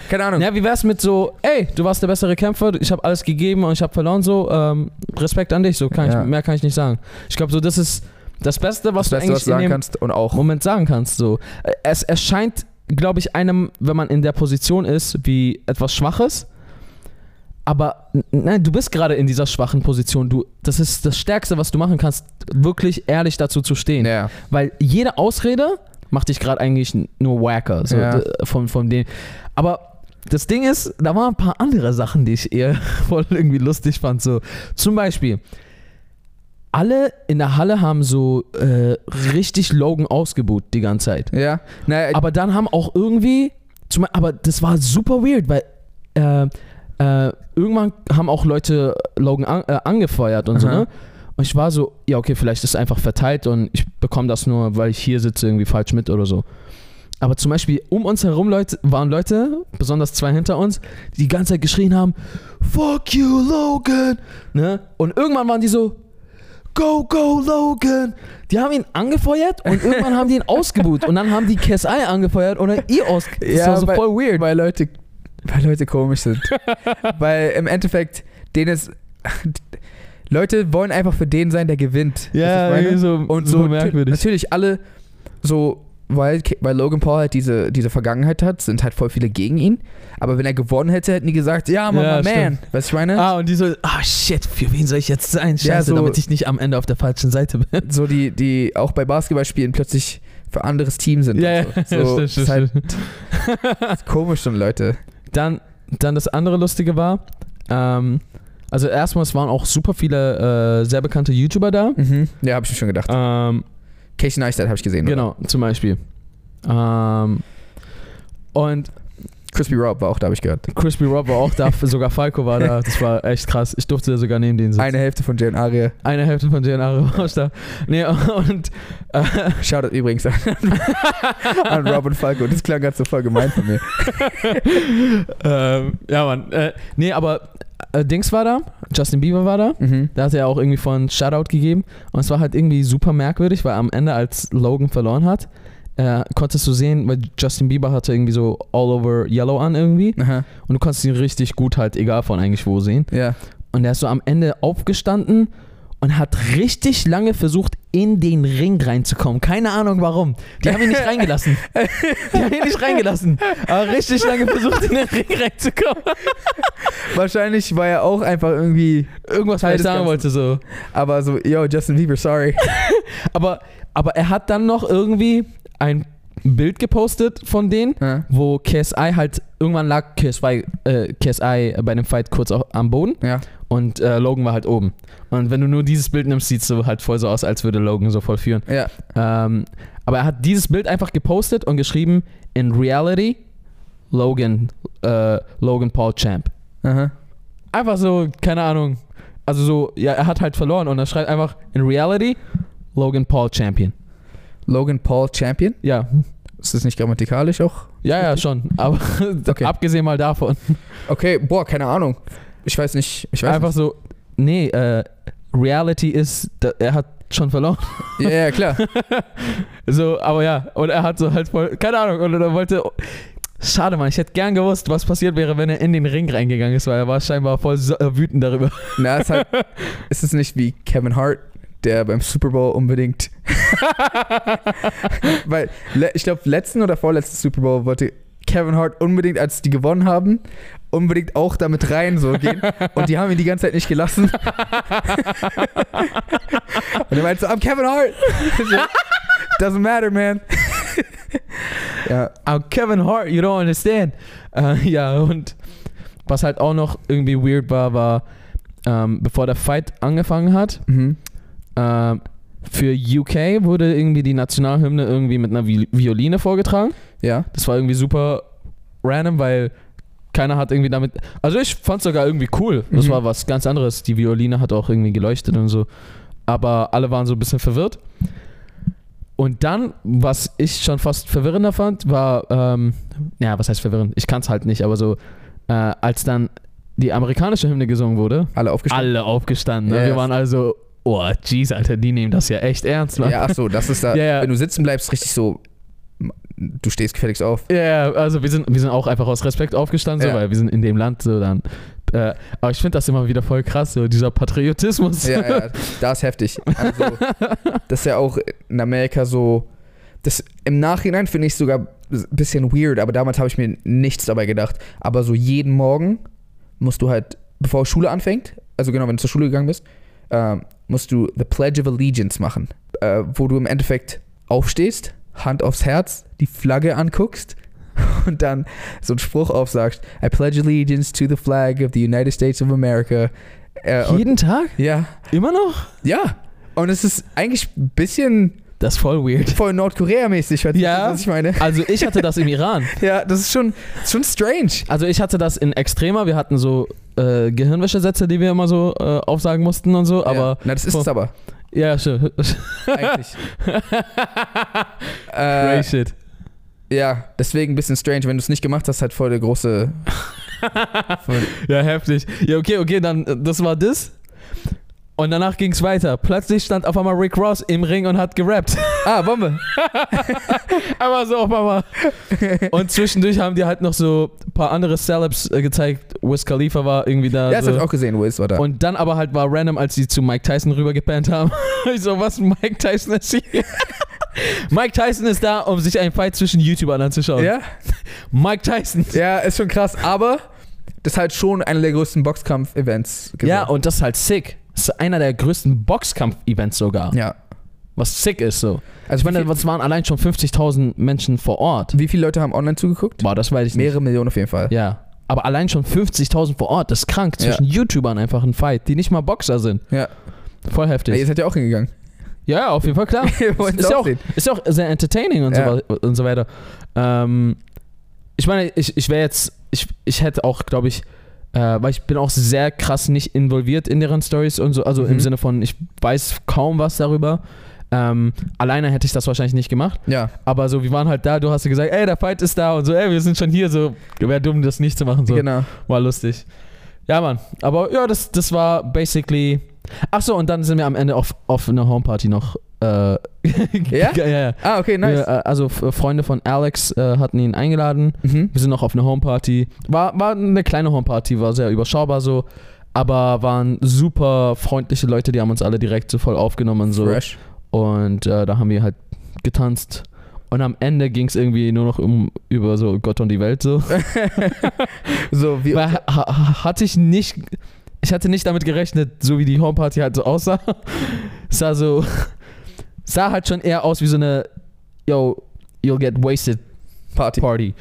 keine Ahnung. Ja, wie wär's mit so, ey, du warst der bessere Kämpfer, ich habe alles gegeben und ich habe verloren, so, ähm, Respekt an dich, so kann Ja. ich, mehr kann ich nicht sagen. Ich glaube, so, das ist das Beste, was das du Beste, was eigentlich du in sagen dem kannst und auch. Moment sagen kannst, so. Äh, Es erscheint, glaube ich, einem, wenn man in der Position ist, wie etwas Schwaches, aber n- nein, du bist gerade in dieser schwachen Position, du, das ist das Stärkste, was du machen kannst, wirklich ehrlich dazu zu stehen. Ja. Weil jede Ausrede macht dich gerade eigentlich n- nur wacker. So, Ja. d- von, von dem. Aber das Ding ist, da waren ein paar andere Sachen, die ich eher [LAUGHS] voll irgendwie lustig fand. So, zum Beispiel, alle in der Halle haben so äh, richtig Logan ausgebuht die ganze Zeit. Ja. Naja, Aber dann haben auch irgendwie, zum, aber das war super weird, weil äh, äh, irgendwann haben auch Leute Logan an, äh, angefeuert und so, Aha. ne? Und ich war so, ja, okay, vielleicht ist es einfach verteilt und ich bekomme das nur, weil ich hier sitze, irgendwie falsch mit oder so. Aber zum Beispiel um uns herum Leute, waren Leute, besonders zwei hinter uns, die die ganze Zeit geschrien haben, Fuck you, Logan! Ne? Und irgendwann waren die so, Go, go, Logan! Die haben ihn angefeuert [LAUGHS] und irgendwann haben die ihn ausgebuht. Und dann haben die KSI angefeuert oder ihr ausgebuht. Das Ja, war so weil- voll weird. weil Leute, weil Leute [LAUGHS] komisch sind. weil im Endeffekt, denen ist. [LAUGHS] Leute wollen einfach für den sein, der gewinnt. Weißt du, was ich meine? so, Und so merkwürdig. natürlich alle so, weil, K- weil Logan Paul halt diese, diese Vergangenheit hat, sind halt voll viele gegen ihn. Aber wenn er gewonnen hätte, hätten die gesagt, ja, Mann, Ja, my man. Weißt du, ich meine? Ah, und die so, ah shit, für wen soll ich jetzt sein? Scheiße, Ja, so- damit ich nicht am Ende auf der falschen Seite bin. So die, die auch bei Basketballspielen plötzlich für anderes Team sind. [LAUGHS] und so. so ist halt [LAUGHS] komisch schon, Leute. Dann, dann das andere Lustige war, ähm, Also erstmal, es waren auch super viele äh, sehr bekannte YouTuber da. Mhm. Ja, habe ich mir schon gedacht. Ähm, Casey Neistat habe ich gesehen. Oder? genau, zum Beispiel. Ähm, und Crispy Rob war auch da, habe ich gehört. Crispy Rob war auch [LAUGHS] da, sogar Falco war da. Das war echt krass. Ich durfte da sogar neben denen sitzen. Eine Hälfte von Jan Arie. Eine Hälfte von DNA war auch da. Nee, und äh, Shoutout übrigens an, [LAUGHS] [LAUGHS] an Rob und Falco. Das klang ganz so voll gemein von mir. ähm, ja, Mann. Äh, nee, aber äh, Dings war da, Justin Bieber war da. Mhm. Da hat er auch irgendwie von Shoutout gegeben. Und es war halt irgendwie super merkwürdig, weil am Ende, als Logan verloren hat, äh, konntest du sehen, weil Justin Bieber hatte irgendwie so all over yellow an irgendwie. Aha. Und du konntest ihn richtig gut halt, egal von eigentlich wo sehen. Ja. Und er ist so am Ende aufgestanden und hat richtig lange versucht, in den Ring reinzukommen. Keine Ahnung warum. Die haben ihn nicht reingelassen. Die haben ihn nicht reingelassen. Aber richtig lange versucht, in den Ring reinzukommen. Wahrscheinlich war er auch einfach irgendwie, Irgendwas, Teil was ich des sagen Ganzen. wollte, so. aber so, yo, Justin Bieber, sorry. Aber, aber er hat dann noch irgendwie ein Bild gepostet von denen, [LAUGHS] Ja. wo KSI halt, irgendwann lag KSI, äh, KSI bei einem Fight kurz au- am Boden ja. und äh, Logan war halt oben. Und wenn du nur dieses Bild nimmst, sieht es so halt voll so aus, als würde Logan so voll führen. Ja. Ähm, aber er hat dieses Bild einfach gepostet und geschrieben, in reality, Logan, äh, Logan Paul Champ. Aha. Einfach so, keine Ahnung. Also so, ja, er hat halt verloren und er schreibt einfach, in reality, Logan Paul Champion. Logan Paul Champion. Ja, Ist das nicht grammatikalisch auch? ja, ja, schon. Aber [LAUGHS] Okay. abgesehen mal davon, Okay, boah, keine Ahnung. Ich weiß nicht. Ich weiß einfach so, nee, äh, reality ist, da, er hat schon verloren. [LAUGHS] nicht. Ja, ja, [LAUGHS] klar. So, aber ja, und er hat so halt voll, keine Ahnung, und er wollte. Schade, Mann, ich hätte gern gewusst, was passiert wäre, wenn er in den Ring reingegangen ist, weil er war scheinbar voll so, äh, wütend [LAUGHS] darüber. Na, ist halt, ist es nicht wie Kevin Hart, der beim Super Bowl unbedingt. [LAUGHS] Weil le- ich glaube, letzten oder vorletzten Super Bowl wollte Kevin Hart unbedingt, als die gewonnen haben, unbedingt auch damit rein so gehen. Und die haben ihn die ganze Zeit nicht gelassen. [LAUGHS] Und er meinte so, I'm Kevin Hart. [LAUGHS] So, Doesn't matter, man. ja, I'm Kevin Hart, you don't understand. Äh, ja, und was halt auch noch irgendwie weird war, war, ähm, bevor der Fight angefangen hat, mhm. ähm, für UK wurde irgendwie die Nationalhymne irgendwie mit einer Vi Violine vorgetragen. ja. Das war irgendwie super random, weil keiner hat irgendwie damit. Also ich fand sogar irgendwie cool. Das Mhm. war was ganz anderes. Die Violine hat auch irgendwie geleuchtet und so. Aber alle waren so ein bisschen verwirrt. Und dann, was ich schon fast verwirrender fand, war, ähm, ja, was heißt verwirrend? Ich kann es halt nicht, aber so, äh, als dann die amerikanische Hymne gesungen wurde, Alle aufgestanden. alle aufgestanden. Ne? Ja, Wir ja. waren also, oh, jeez, Alter, die nehmen das ja echt ernst, Mann. Ja, ach so, das ist da, Ja, ja. wenn du sitzen bleibst, richtig so, du stehst gefälligst auf. Ja, ja, also wir sind, wir sind auch einfach aus Respekt aufgestanden, Ja. so, weil wir sind in dem Land so dann. Äh, aber ich finde das immer wieder voll krass, so dieser Patriotismus. Ja, [LAUGHS] ja, da ist heftig. Also, das ist ja auch in Amerika so. Das im Nachhinein finde ich sogar ein bisschen weird, aber damals habe ich mir nichts dabei gedacht. Aber so jeden Morgen musst du halt, bevor Schule anfängt, also genau, wenn du zur Schule gegangen bist, ähm, musst du The Pledge of Allegiance machen, äh, wo du im Endeffekt aufstehst, Hand aufs Herz, die Flagge anguckst [LAUGHS] und dann so einen Spruch aufsagst: I pledge allegiance to the flag of the United States of America. Äh, und- Jeden Tag? ja. Immer noch? Ja. Und es ist eigentlich ein bisschen Das ist voll weird. voll Nordkorea-mäßig, weißt du, Ja. was ich meine? Also ich hatte das im Iran. Ja, das ist schon, schon strange. Also ich hatte das in Extremer. Wir hatten so äh, Gehirnwäschesätze, die wir immer so äh, aufsagen mussten und so. Aber ja. Na, das ist es aber, ja, ja [LAUGHS] stimmt. [LAUGHS] eigentlich. äh, Great shit. ja, deswegen ein bisschen strange. Wenn du es nicht gemacht hast, halt voll der große. ja, heftig. Ja, okay, okay, dann äh, das war das. Und danach ging es weiter. Plötzlich stand auf einmal Rick Ross im Ring und hat gerappt. [LAUGHS] Ah, Bombe. Aber so auf Mama. Und zwischendurch haben die halt noch so ein paar andere Celebs äh, gezeigt. Wiz Khalifa war irgendwie da. ja, das so. habe ich auch gesehen, Wiz war da. Und dann aber halt war random, als sie zu Mike Tyson rübergepannt haben. [LAUGHS] ich so, was, Mike Tyson ist hier? [LAUGHS] Mike Tyson ist da, um sich einen Fight zwischen YouTubern anzuschauen. ja? Mike Tyson. ja, ist schon krass, aber das ist halt schon einer der größten Boxkampf-Events. gewesen. Ja, und das ist halt sick. Das ist einer der größten Boxkampf-Events sogar. ja. Was sick ist so. Also, oh. Ich meine, wie, das waren allein schon 50.000 Menschen vor Ort. viel, wie viele Leute haben online zugeguckt? Boah, das weiß ich nicht. Mehrere Millionen auf jeden Fall. Ja. Aber allein schon 50.000 vor Ort, das ist krank. Ja. Zwischen YouTubern einfach ein Fight, die nicht mal Boxer sind. Ja. Voll Ey, heftig. ihr seid ja auch hingegangen. Ja, ja, auf jeden Fall [LAUGHS] [LAUGHS] klar. Wir wollten ist, ja auch, sehen. ist ja auch sehr entertaining und, Ja. so, wa- und so weiter. Ähm, ich meine, ich, ich wäre jetzt, ich, ich hätte auch, glaube ich, äh, weil ich bin auch sehr krass nicht involviert in deren Stories und so, also Mhm. im Sinne von, ich weiß kaum was darüber. Ähm, alleine hätte ich das wahrscheinlich nicht gemacht, Ja. aber so, wir waren halt da, du hast ja gesagt, ey, der Fight ist da und so, ey, wir sind schon hier, so, wäre dumm, das nicht zu machen, so. Genau. War lustig. Ja, Mann. Aber ja, das, das war basically. Achso, und dann sind wir am Ende auf, auf eine Homeparty noch. Äh, [LAUGHS] ja? Ja, ja. Ah, okay, Wir, nice. äh, also F- Freunde von Alex äh, hatten ihn eingeladen. Mhm. Wir sind noch auf eine Homeparty. War, war eine kleine Homeparty, war sehr überschaubar so. Aber waren super freundliche Leute, die haben uns alle direkt so voll aufgenommen und so. Fresh. Und äh, da haben wir halt getanzt. Und am Ende ging es irgendwie nur noch um über so Gott und die Welt so. So, wie. Weil, ha, ha- hatte ich nicht. Ich hatte nicht damit gerechnet, so wie die Homeparty halt so aussah. [LAUGHS] sah so. Sah halt schon eher aus wie so eine Yo, you'll get wasted Party. Party.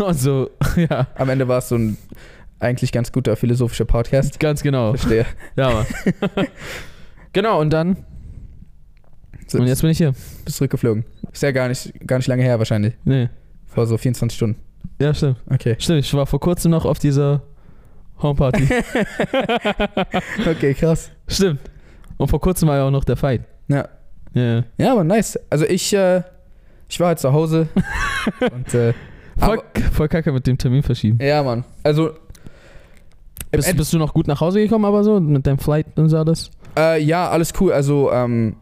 [LAUGHS] Und so, [LAUGHS] ja, Am Ende war es so ein eigentlich ganz guter philosophischer Podcast. ganz genau. Verstehe. Ja, Mann. genau, und dann. So, Und jetzt bin ich hier. bist zurückgeflogen. Ist ja gar nicht, gar nicht lange her wahrscheinlich. Nee. Vor so 24 Stunden. Ja, stimmt. [LAUGHS] Okay. Stimmt, ich war vor kurzem noch auf dieser Homeparty. Okay, krass. stimmt. Und vor kurzem war ja auch noch der Fight. Ja. Ja. Ja, aber nice. Also ich, äh, ich war halt [LAUGHS] zu Hause. und, äh, Voll, voll kacke mit dem Termin verschieben. ja, Mann. Also, im Bist, End- bist du noch gut nach Hause gekommen, aber so mit deinem Flight und so alles? äh, ja, alles cool. Also, ähm,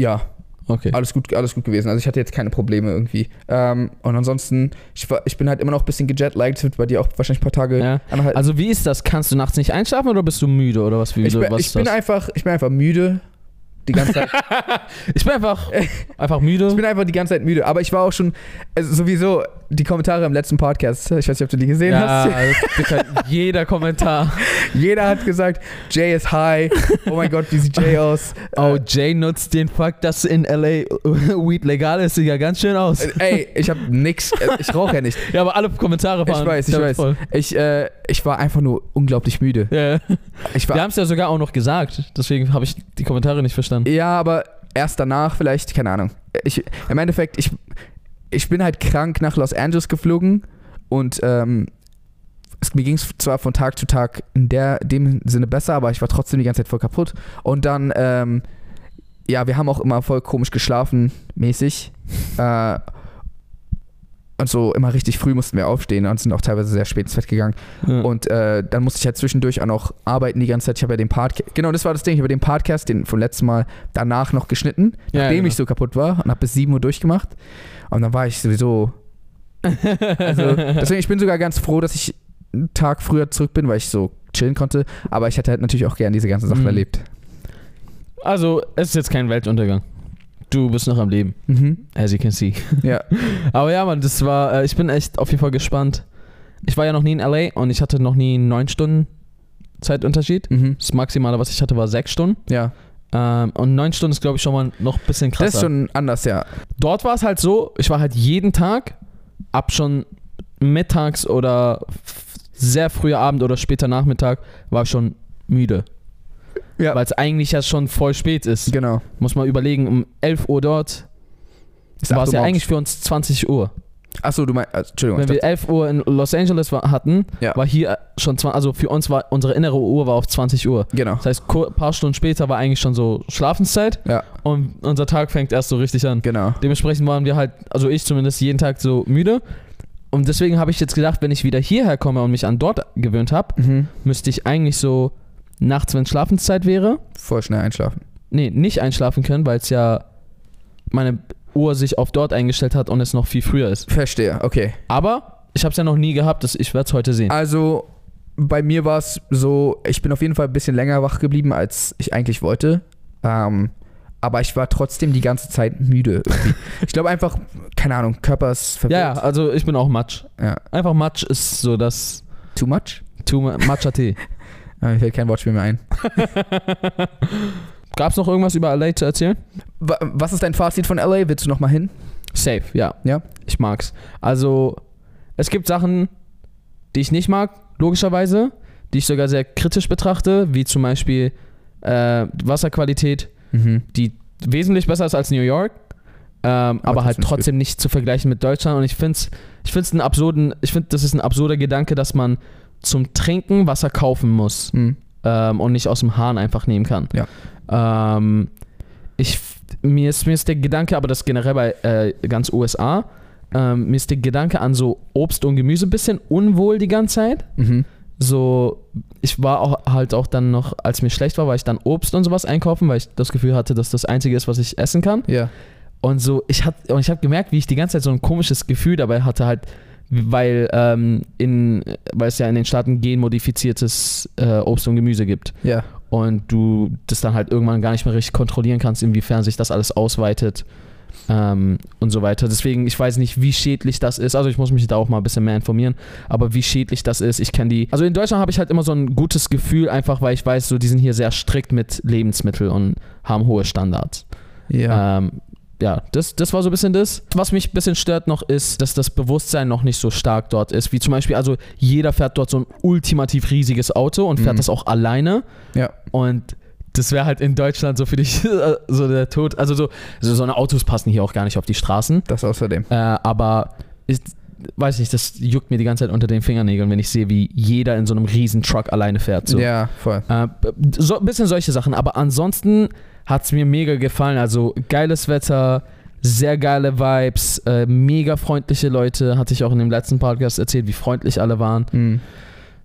ja, Okay. alles gut, alles gut gewesen. Also ich hatte jetzt keine Probleme irgendwie. Ähm, und ansonsten, ich, war, ich bin halt immer noch ein bisschen gejetlagged. Wird bei dir auch wahrscheinlich ein paar Tage. Ja. anderthalb- Also wie ist das? Kannst du nachts nicht einschlafen oder bist du müde oder was? Wie, ich, so, bin, was ich, ist bin das? einfach, ich bin einfach müde. Die ganze Zeit. [LAUGHS] ich bin einfach, einfach müde. Ich bin einfach die ganze Zeit müde. Aber ich war auch schon, also sowieso, die Kommentare im letzten Podcast, ich weiß nicht, ob du die gesehen ja, hast. [LAUGHS] das- Digga, jeder Kommentar. Jeder hat gesagt, Jay ist high. Oh mein Gott, wie [LAUGHS] sieht Jay aus? Oh, Jay nutzt den Fakt, dass in LA [LAUGHS] Weed legal ist, Digga, ganz schön aus. Äh, Ey, ich hab nix, äh, ich rauche ja nicht. Ja, aber alle Kommentare Ich waren weiß, ich damit weiß. voll. Ich, äh, ich war einfach nur unglaublich müde. Ja. Ich Wir war, haben es ja sogar auch noch gesagt, deswegen habe ich die Kommentare nicht verstanden. ja, aber erst danach vielleicht, keine Ahnung. Ich, Im Endeffekt, ich, ich bin halt krank nach Los Angeles geflogen und ähm, es, mir ging es zwar von Tag zu Tag in der, dem Sinne besser, aber ich war trotzdem die ganze Zeit voll kaputt. Und dann, ähm, ja, wir haben auch immer voll komisch geschlafen, mäßig. [LAUGHS] äh, und so immer richtig früh mussten wir aufstehen und sind auch teilweise sehr spät ins Bett gegangen. Ja. Und äh, dann musste ich halt zwischendurch auch noch arbeiten die ganze Zeit. Ich habe ja den Podcast, genau das war das Ding, ich habe den Podcast, den vom letzten Mal, danach noch geschnitten, Ja, nachdem genau. ich so kaputt war und habe bis 7 Uhr durchgemacht. Und dann war ich sowieso, [LAUGHS] also deswegen, ich bin sogar ganz froh, dass ich einen Tag früher zurück bin, weil ich so chillen konnte. Aber ich hätte halt natürlich auch gern diese ganzen Sachen Mhm. erlebt. also, es ist jetzt kein Weltuntergang. Du bist noch am Leben, Mhm. as you can see. Ja. [LAUGHS] Aber ja, Mann, das war, äh, ich bin echt auf jeden Fall gespannt. Ich war ja noch nie in LA und ich hatte noch nie neun Stunden Zeitunterschied. Mhm. Das Maximale, was ich hatte, war sechs Stunden. Ja. Ähm, und neun Stunden ist, glaube ich, schon mal noch ein bisschen krasser. Das ist schon anders, ja. Dort war es halt so, ich war halt jeden Tag ab schon mittags oder f- sehr früher Abend oder später Nachmittag war ich schon müde. Ja. Weil es eigentlich ja schon voll spät ist. Genau. Muss man überlegen, um 11 Uhr dort Ist war acht es Uhr ja morgens. eigentlich für uns 20 Uhr. Achso, du meinst, also, Entschuldigung. Wenn ich wir 11 Uhr in Los Angeles wa- hatten, Ja. war hier schon, zwa- also für uns war, unsere innere Uhr war auf 20 Uhr. dachte- genau. Das heißt, kur- paar Stunden später war eigentlich schon so Schlafenszeit Ja. und unser Tag fängt erst so richtig an. Genau. Dementsprechend waren wir halt, also ich zumindest, jeden Tag so müde. Und deswegen habe ich jetzt gedacht, wenn ich wieder hierher komme und mich an dort gewöhnt habe, Mhm. müsste ich eigentlich so nachts, wenn Schlafenszeit wäre, Voll schnell einschlafen. nee, nicht einschlafen können, weil es ja meine Uhr sich auf dort eingestellt hat und es noch viel früher ist. Verstehe, okay. Aber ich habe es ja noch nie gehabt, das, ich werde es heute sehen. Also bei mir war es so, ich bin auf jeden Fall ein bisschen länger wach geblieben, als ich eigentlich wollte. Ähm, aber ich war trotzdem die ganze Zeit müde. [LAUGHS] irgendwie. ich glaube einfach, keine Ahnung, Körper ist Ja, ja, verwirrt. also ich bin auch Matsch. Ja. Einfach Matsch ist so das Too much? Too mu- Matcha Tee. Äh, Mir fällt kein Wortspiel mehr ein. Gab es noch irgendwas über LA zu erzählen? Wa- Was ist dein Fazit von LA? Willst du nochmal hin? Safe, ja. Ja. Ich mag's. Also, es gibt Sachen, die ich nicht mag, logischerweise, die ich sogar sehr kritisch betrachte, wie zum Beispiel äh, Wasserqualität, Mhm. die wesentlich besser ist als New York, ähm, aber, trotzdem halt nicht trotzdem nicht zu vergleichen mit Deutschland. Und ich finde es ich find's einen absurden, ich finde, das ist ein absurder Gedanke, dass man zum Trinken Wasser kaufen muss Mhm. ähm, und nicht aus dem Hahn einfach nehmen kann. Ähm, ich, f- mir, ist, mir ist der Gedanke, aber das generell bei äh, ganz USA, ähm, mir ist der Gedanke an so Obst und Gemüse ein bisschen unwohl die ganze Zeit. Mhm. So, ich war auch halt auch dann noch, als mir schlecht war, war ich dann Obst und sowas einkaufen, weil ich das Gefühl hatte, dass das Einzige ist, was ich essen kann. Ja. Und so, ich hat, und ich habe gemerkt, wie ich die ganze Zeit so ein komisches Gefühl dabei hatte, halt, weil, ähm, in, weil es ja in den Staaten genmodifiziertes äh, Obst und Gemüse gibt Ja. und du das dann halt irgendwann gar nicht mehr richtig kontrollieren kannst, inwiefern sich das alles ausweitet ähm, und so weiter. Deswegen, ich weiß nicht, wie schädlich das ist. Also ich muss mich da auch mal ein bisschen mehr informieren, aber wie schädlich das ist, ich kenne die. Also in Deutschland habe ich halt immer so ein gutes Gefühl, einfach weil ich weiß, so die sind hier sehr strikt mit Lebensmitteln und haben hohe Standards. Ja. Ja, ähm, ja das, das war so ein bisschen das. Was mich ein bisschen stört noch ist, dass das Bewusstsein noch nicht so stark dort ist. Wie zum Beispiel, also jeder fährt dort so ein ultimativ riesiges Auto und fährt Mhm. das auch alleine. Ja. Und das wäre halt in Deutschland so für dich [LAUGHS] so der Tod. Also so, also so eine Autos passen hier auch gar nicht auf die Straßen. Das außerdem. Äh, aber ist, weiß nicht, das juckt mir die ganze Zeit unter den Fingernägeln, wenn ich sehe, wie jeder in so einem riesen Truck alleine fährt. So. Ja, voll. Äh, so ein bisschen solche Sachen. Aber ansonsten hat es mir mega gefallen. Also geiles Wetter, sehr geile Vibes, äh, mega freundliche Leute. Hatte ich auch in dem letzten Podcast erzählt, wie freundlich alle waren. Mhm.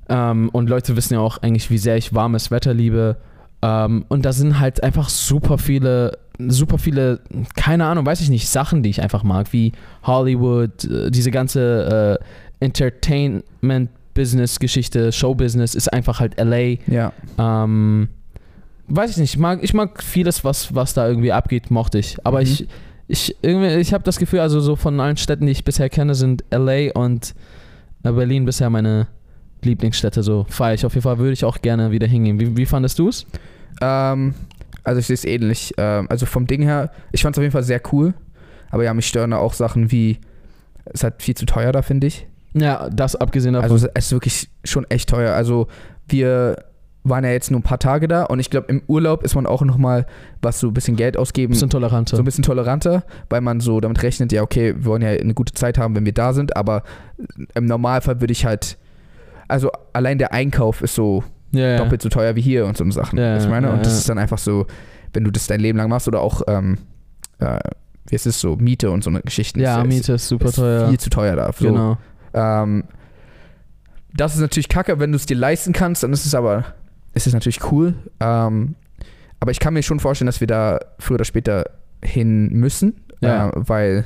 Ähm, und Leute wissen ja auch eigentlich, wie sehr ich warmes Wetter liebe. Ähm, und da sind halt einfach super viele, super viele, keine Ahnung, weiß ich nicht, Sachen, die ich einfach mag, wie Hollywood, äh, diese ganze äh, Entertainment-Business-Geschichte, Show-Business ist einfach halt LA. Ja. Ähm, weiß ich nicht, ich mag, ich mag vieles, was, was da irgendwie abgeht, mochte ich. Aber Mhm. ich, ich, irgendwie, ich habe das Gefühl, also so von allen Städten, die ich bisher kenne, sind LA und äh, Berlin bisher meine Lieblingsstädte. So feier ich auf jeden Fall, würde ich auch gerne wieder hingehen. Wie, wie fandest du es? Ähm, also ich sehe es ähnlich. Ähm, also vom Ding her, ich fand es auf jeden Fall sehr cool. Aber ja, mich stören da auch Sachen wie, es ist halt viel zu teuer da, finde ich. Ja, das abgesehen davon. Also es ist wirklich schon echt teuer. Also wir waren ja jetzt nur ein paar Tage da und ich glaube, im Urlaub ist man auch nochmal, was so ein bisschen Geld ausgeben, bisschen toleranter. so ein bisschen toleranter, weil man so damit rechnet, ja, okay, wir wollen ja eine gute Zeit haben, wenn wir da sind, aber im Normalfall würde ich halt, also allein der Einkauf ist so ja, ja. doppelt so teuer wie hier und so Sachen. Ja, ich meine, ja, und das ja. ist dann einfach so, wenn du das dein Leben lang machst oder auch, ähm, äh, wie ist es so, Miete und so eine Geschichten. ja, ist, Miete ist super ist teuer. Viel zu teuer da. So. Genau. Ähm, das ist natürlich kacke, wenn du es dir leisten kannst, dann ist es aber, ist es natürlich cool. Ähm, aber ich kann mir schon vorstellen, dass wir da früher oder später hin müssen, Ja. äh, weil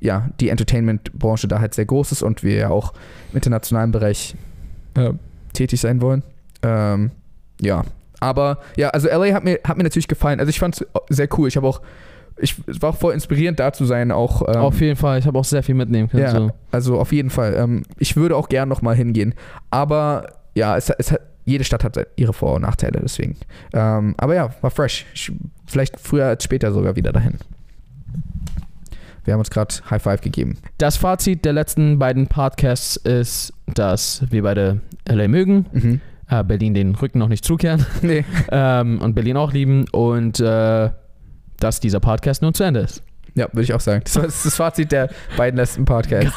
ja, die Entertainment-Branche da halt sehr groß ist und wir ja auch im internationalen Bereich äh, tätig sein wollen. Ähm, ja, aber ja, also LA hat mir, hat mir natürlich gefallen. Also ich fand es sehr cool. Ich habe auch, ich, es war auch voll inspirierend da zu sein, auch ähm, auf jeden Fall, ich habe auch sehr viel mitnehmen können. ja, so. also auf jeden Fall. Ähm, ich würde auch gern nochmal hingehen. Aber ja, es, es hat, jede Stadt hat ihre Vor- und Nachteile, deswegen. Ähm, aber ja, war fresh. Ich, vielleicht früher als später sogar wieder dahin. Wir haben uns gerade High Five gegeben. Das Fazit der letzten beiden Podcasts ist, dass wir beide LA mögen, [LAUGHS] Mhm. äh, Berlin den Rücken noch nicht zukehren [LAUGHS] Nee. ähm, und Berlin auch lieben und äh, dass dieser Podcast nun zu Ende ist. Ja, würde ich auch sagen. Das war- Das ist das Fazit der beiden letzten Podcasts.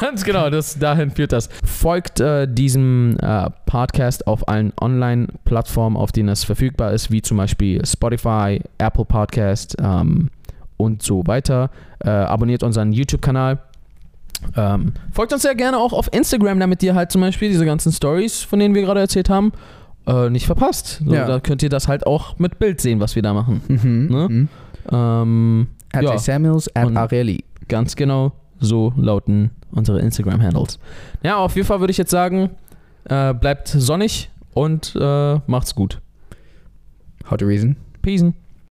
[LAUGHS] Ganz genau, das, dahin führt das. Folgt äh, diesem äh, Podcast auf allen Online-Plattformen, auf denen es verfügbar ist, wie zum Beispiel Spotify, Apple Podcast ähm, und so weiter. Äh, abonniert unseren YouTube-Kanal. Ähm, folgt uns sehr gerne auch auf Instagram, damit ihr halt zum Beispiel diese ganzen Stories, von denen wir gerade erzählt haben, äh, nicht verpasst. So, Ja. Da könnt ihr das halt auch mit Bild sehen, was wir da machen. Mhm. Ne? Mhm. Ähm, At Ja. Samuels, at Und- Areli. Ganz genau, so lauten unsere Instagram-Handles. Ja, auf jeden Fall würde ich jetzt sagen, äh, bleibt sonnig und äh, macht's gut. How to reason. Peace.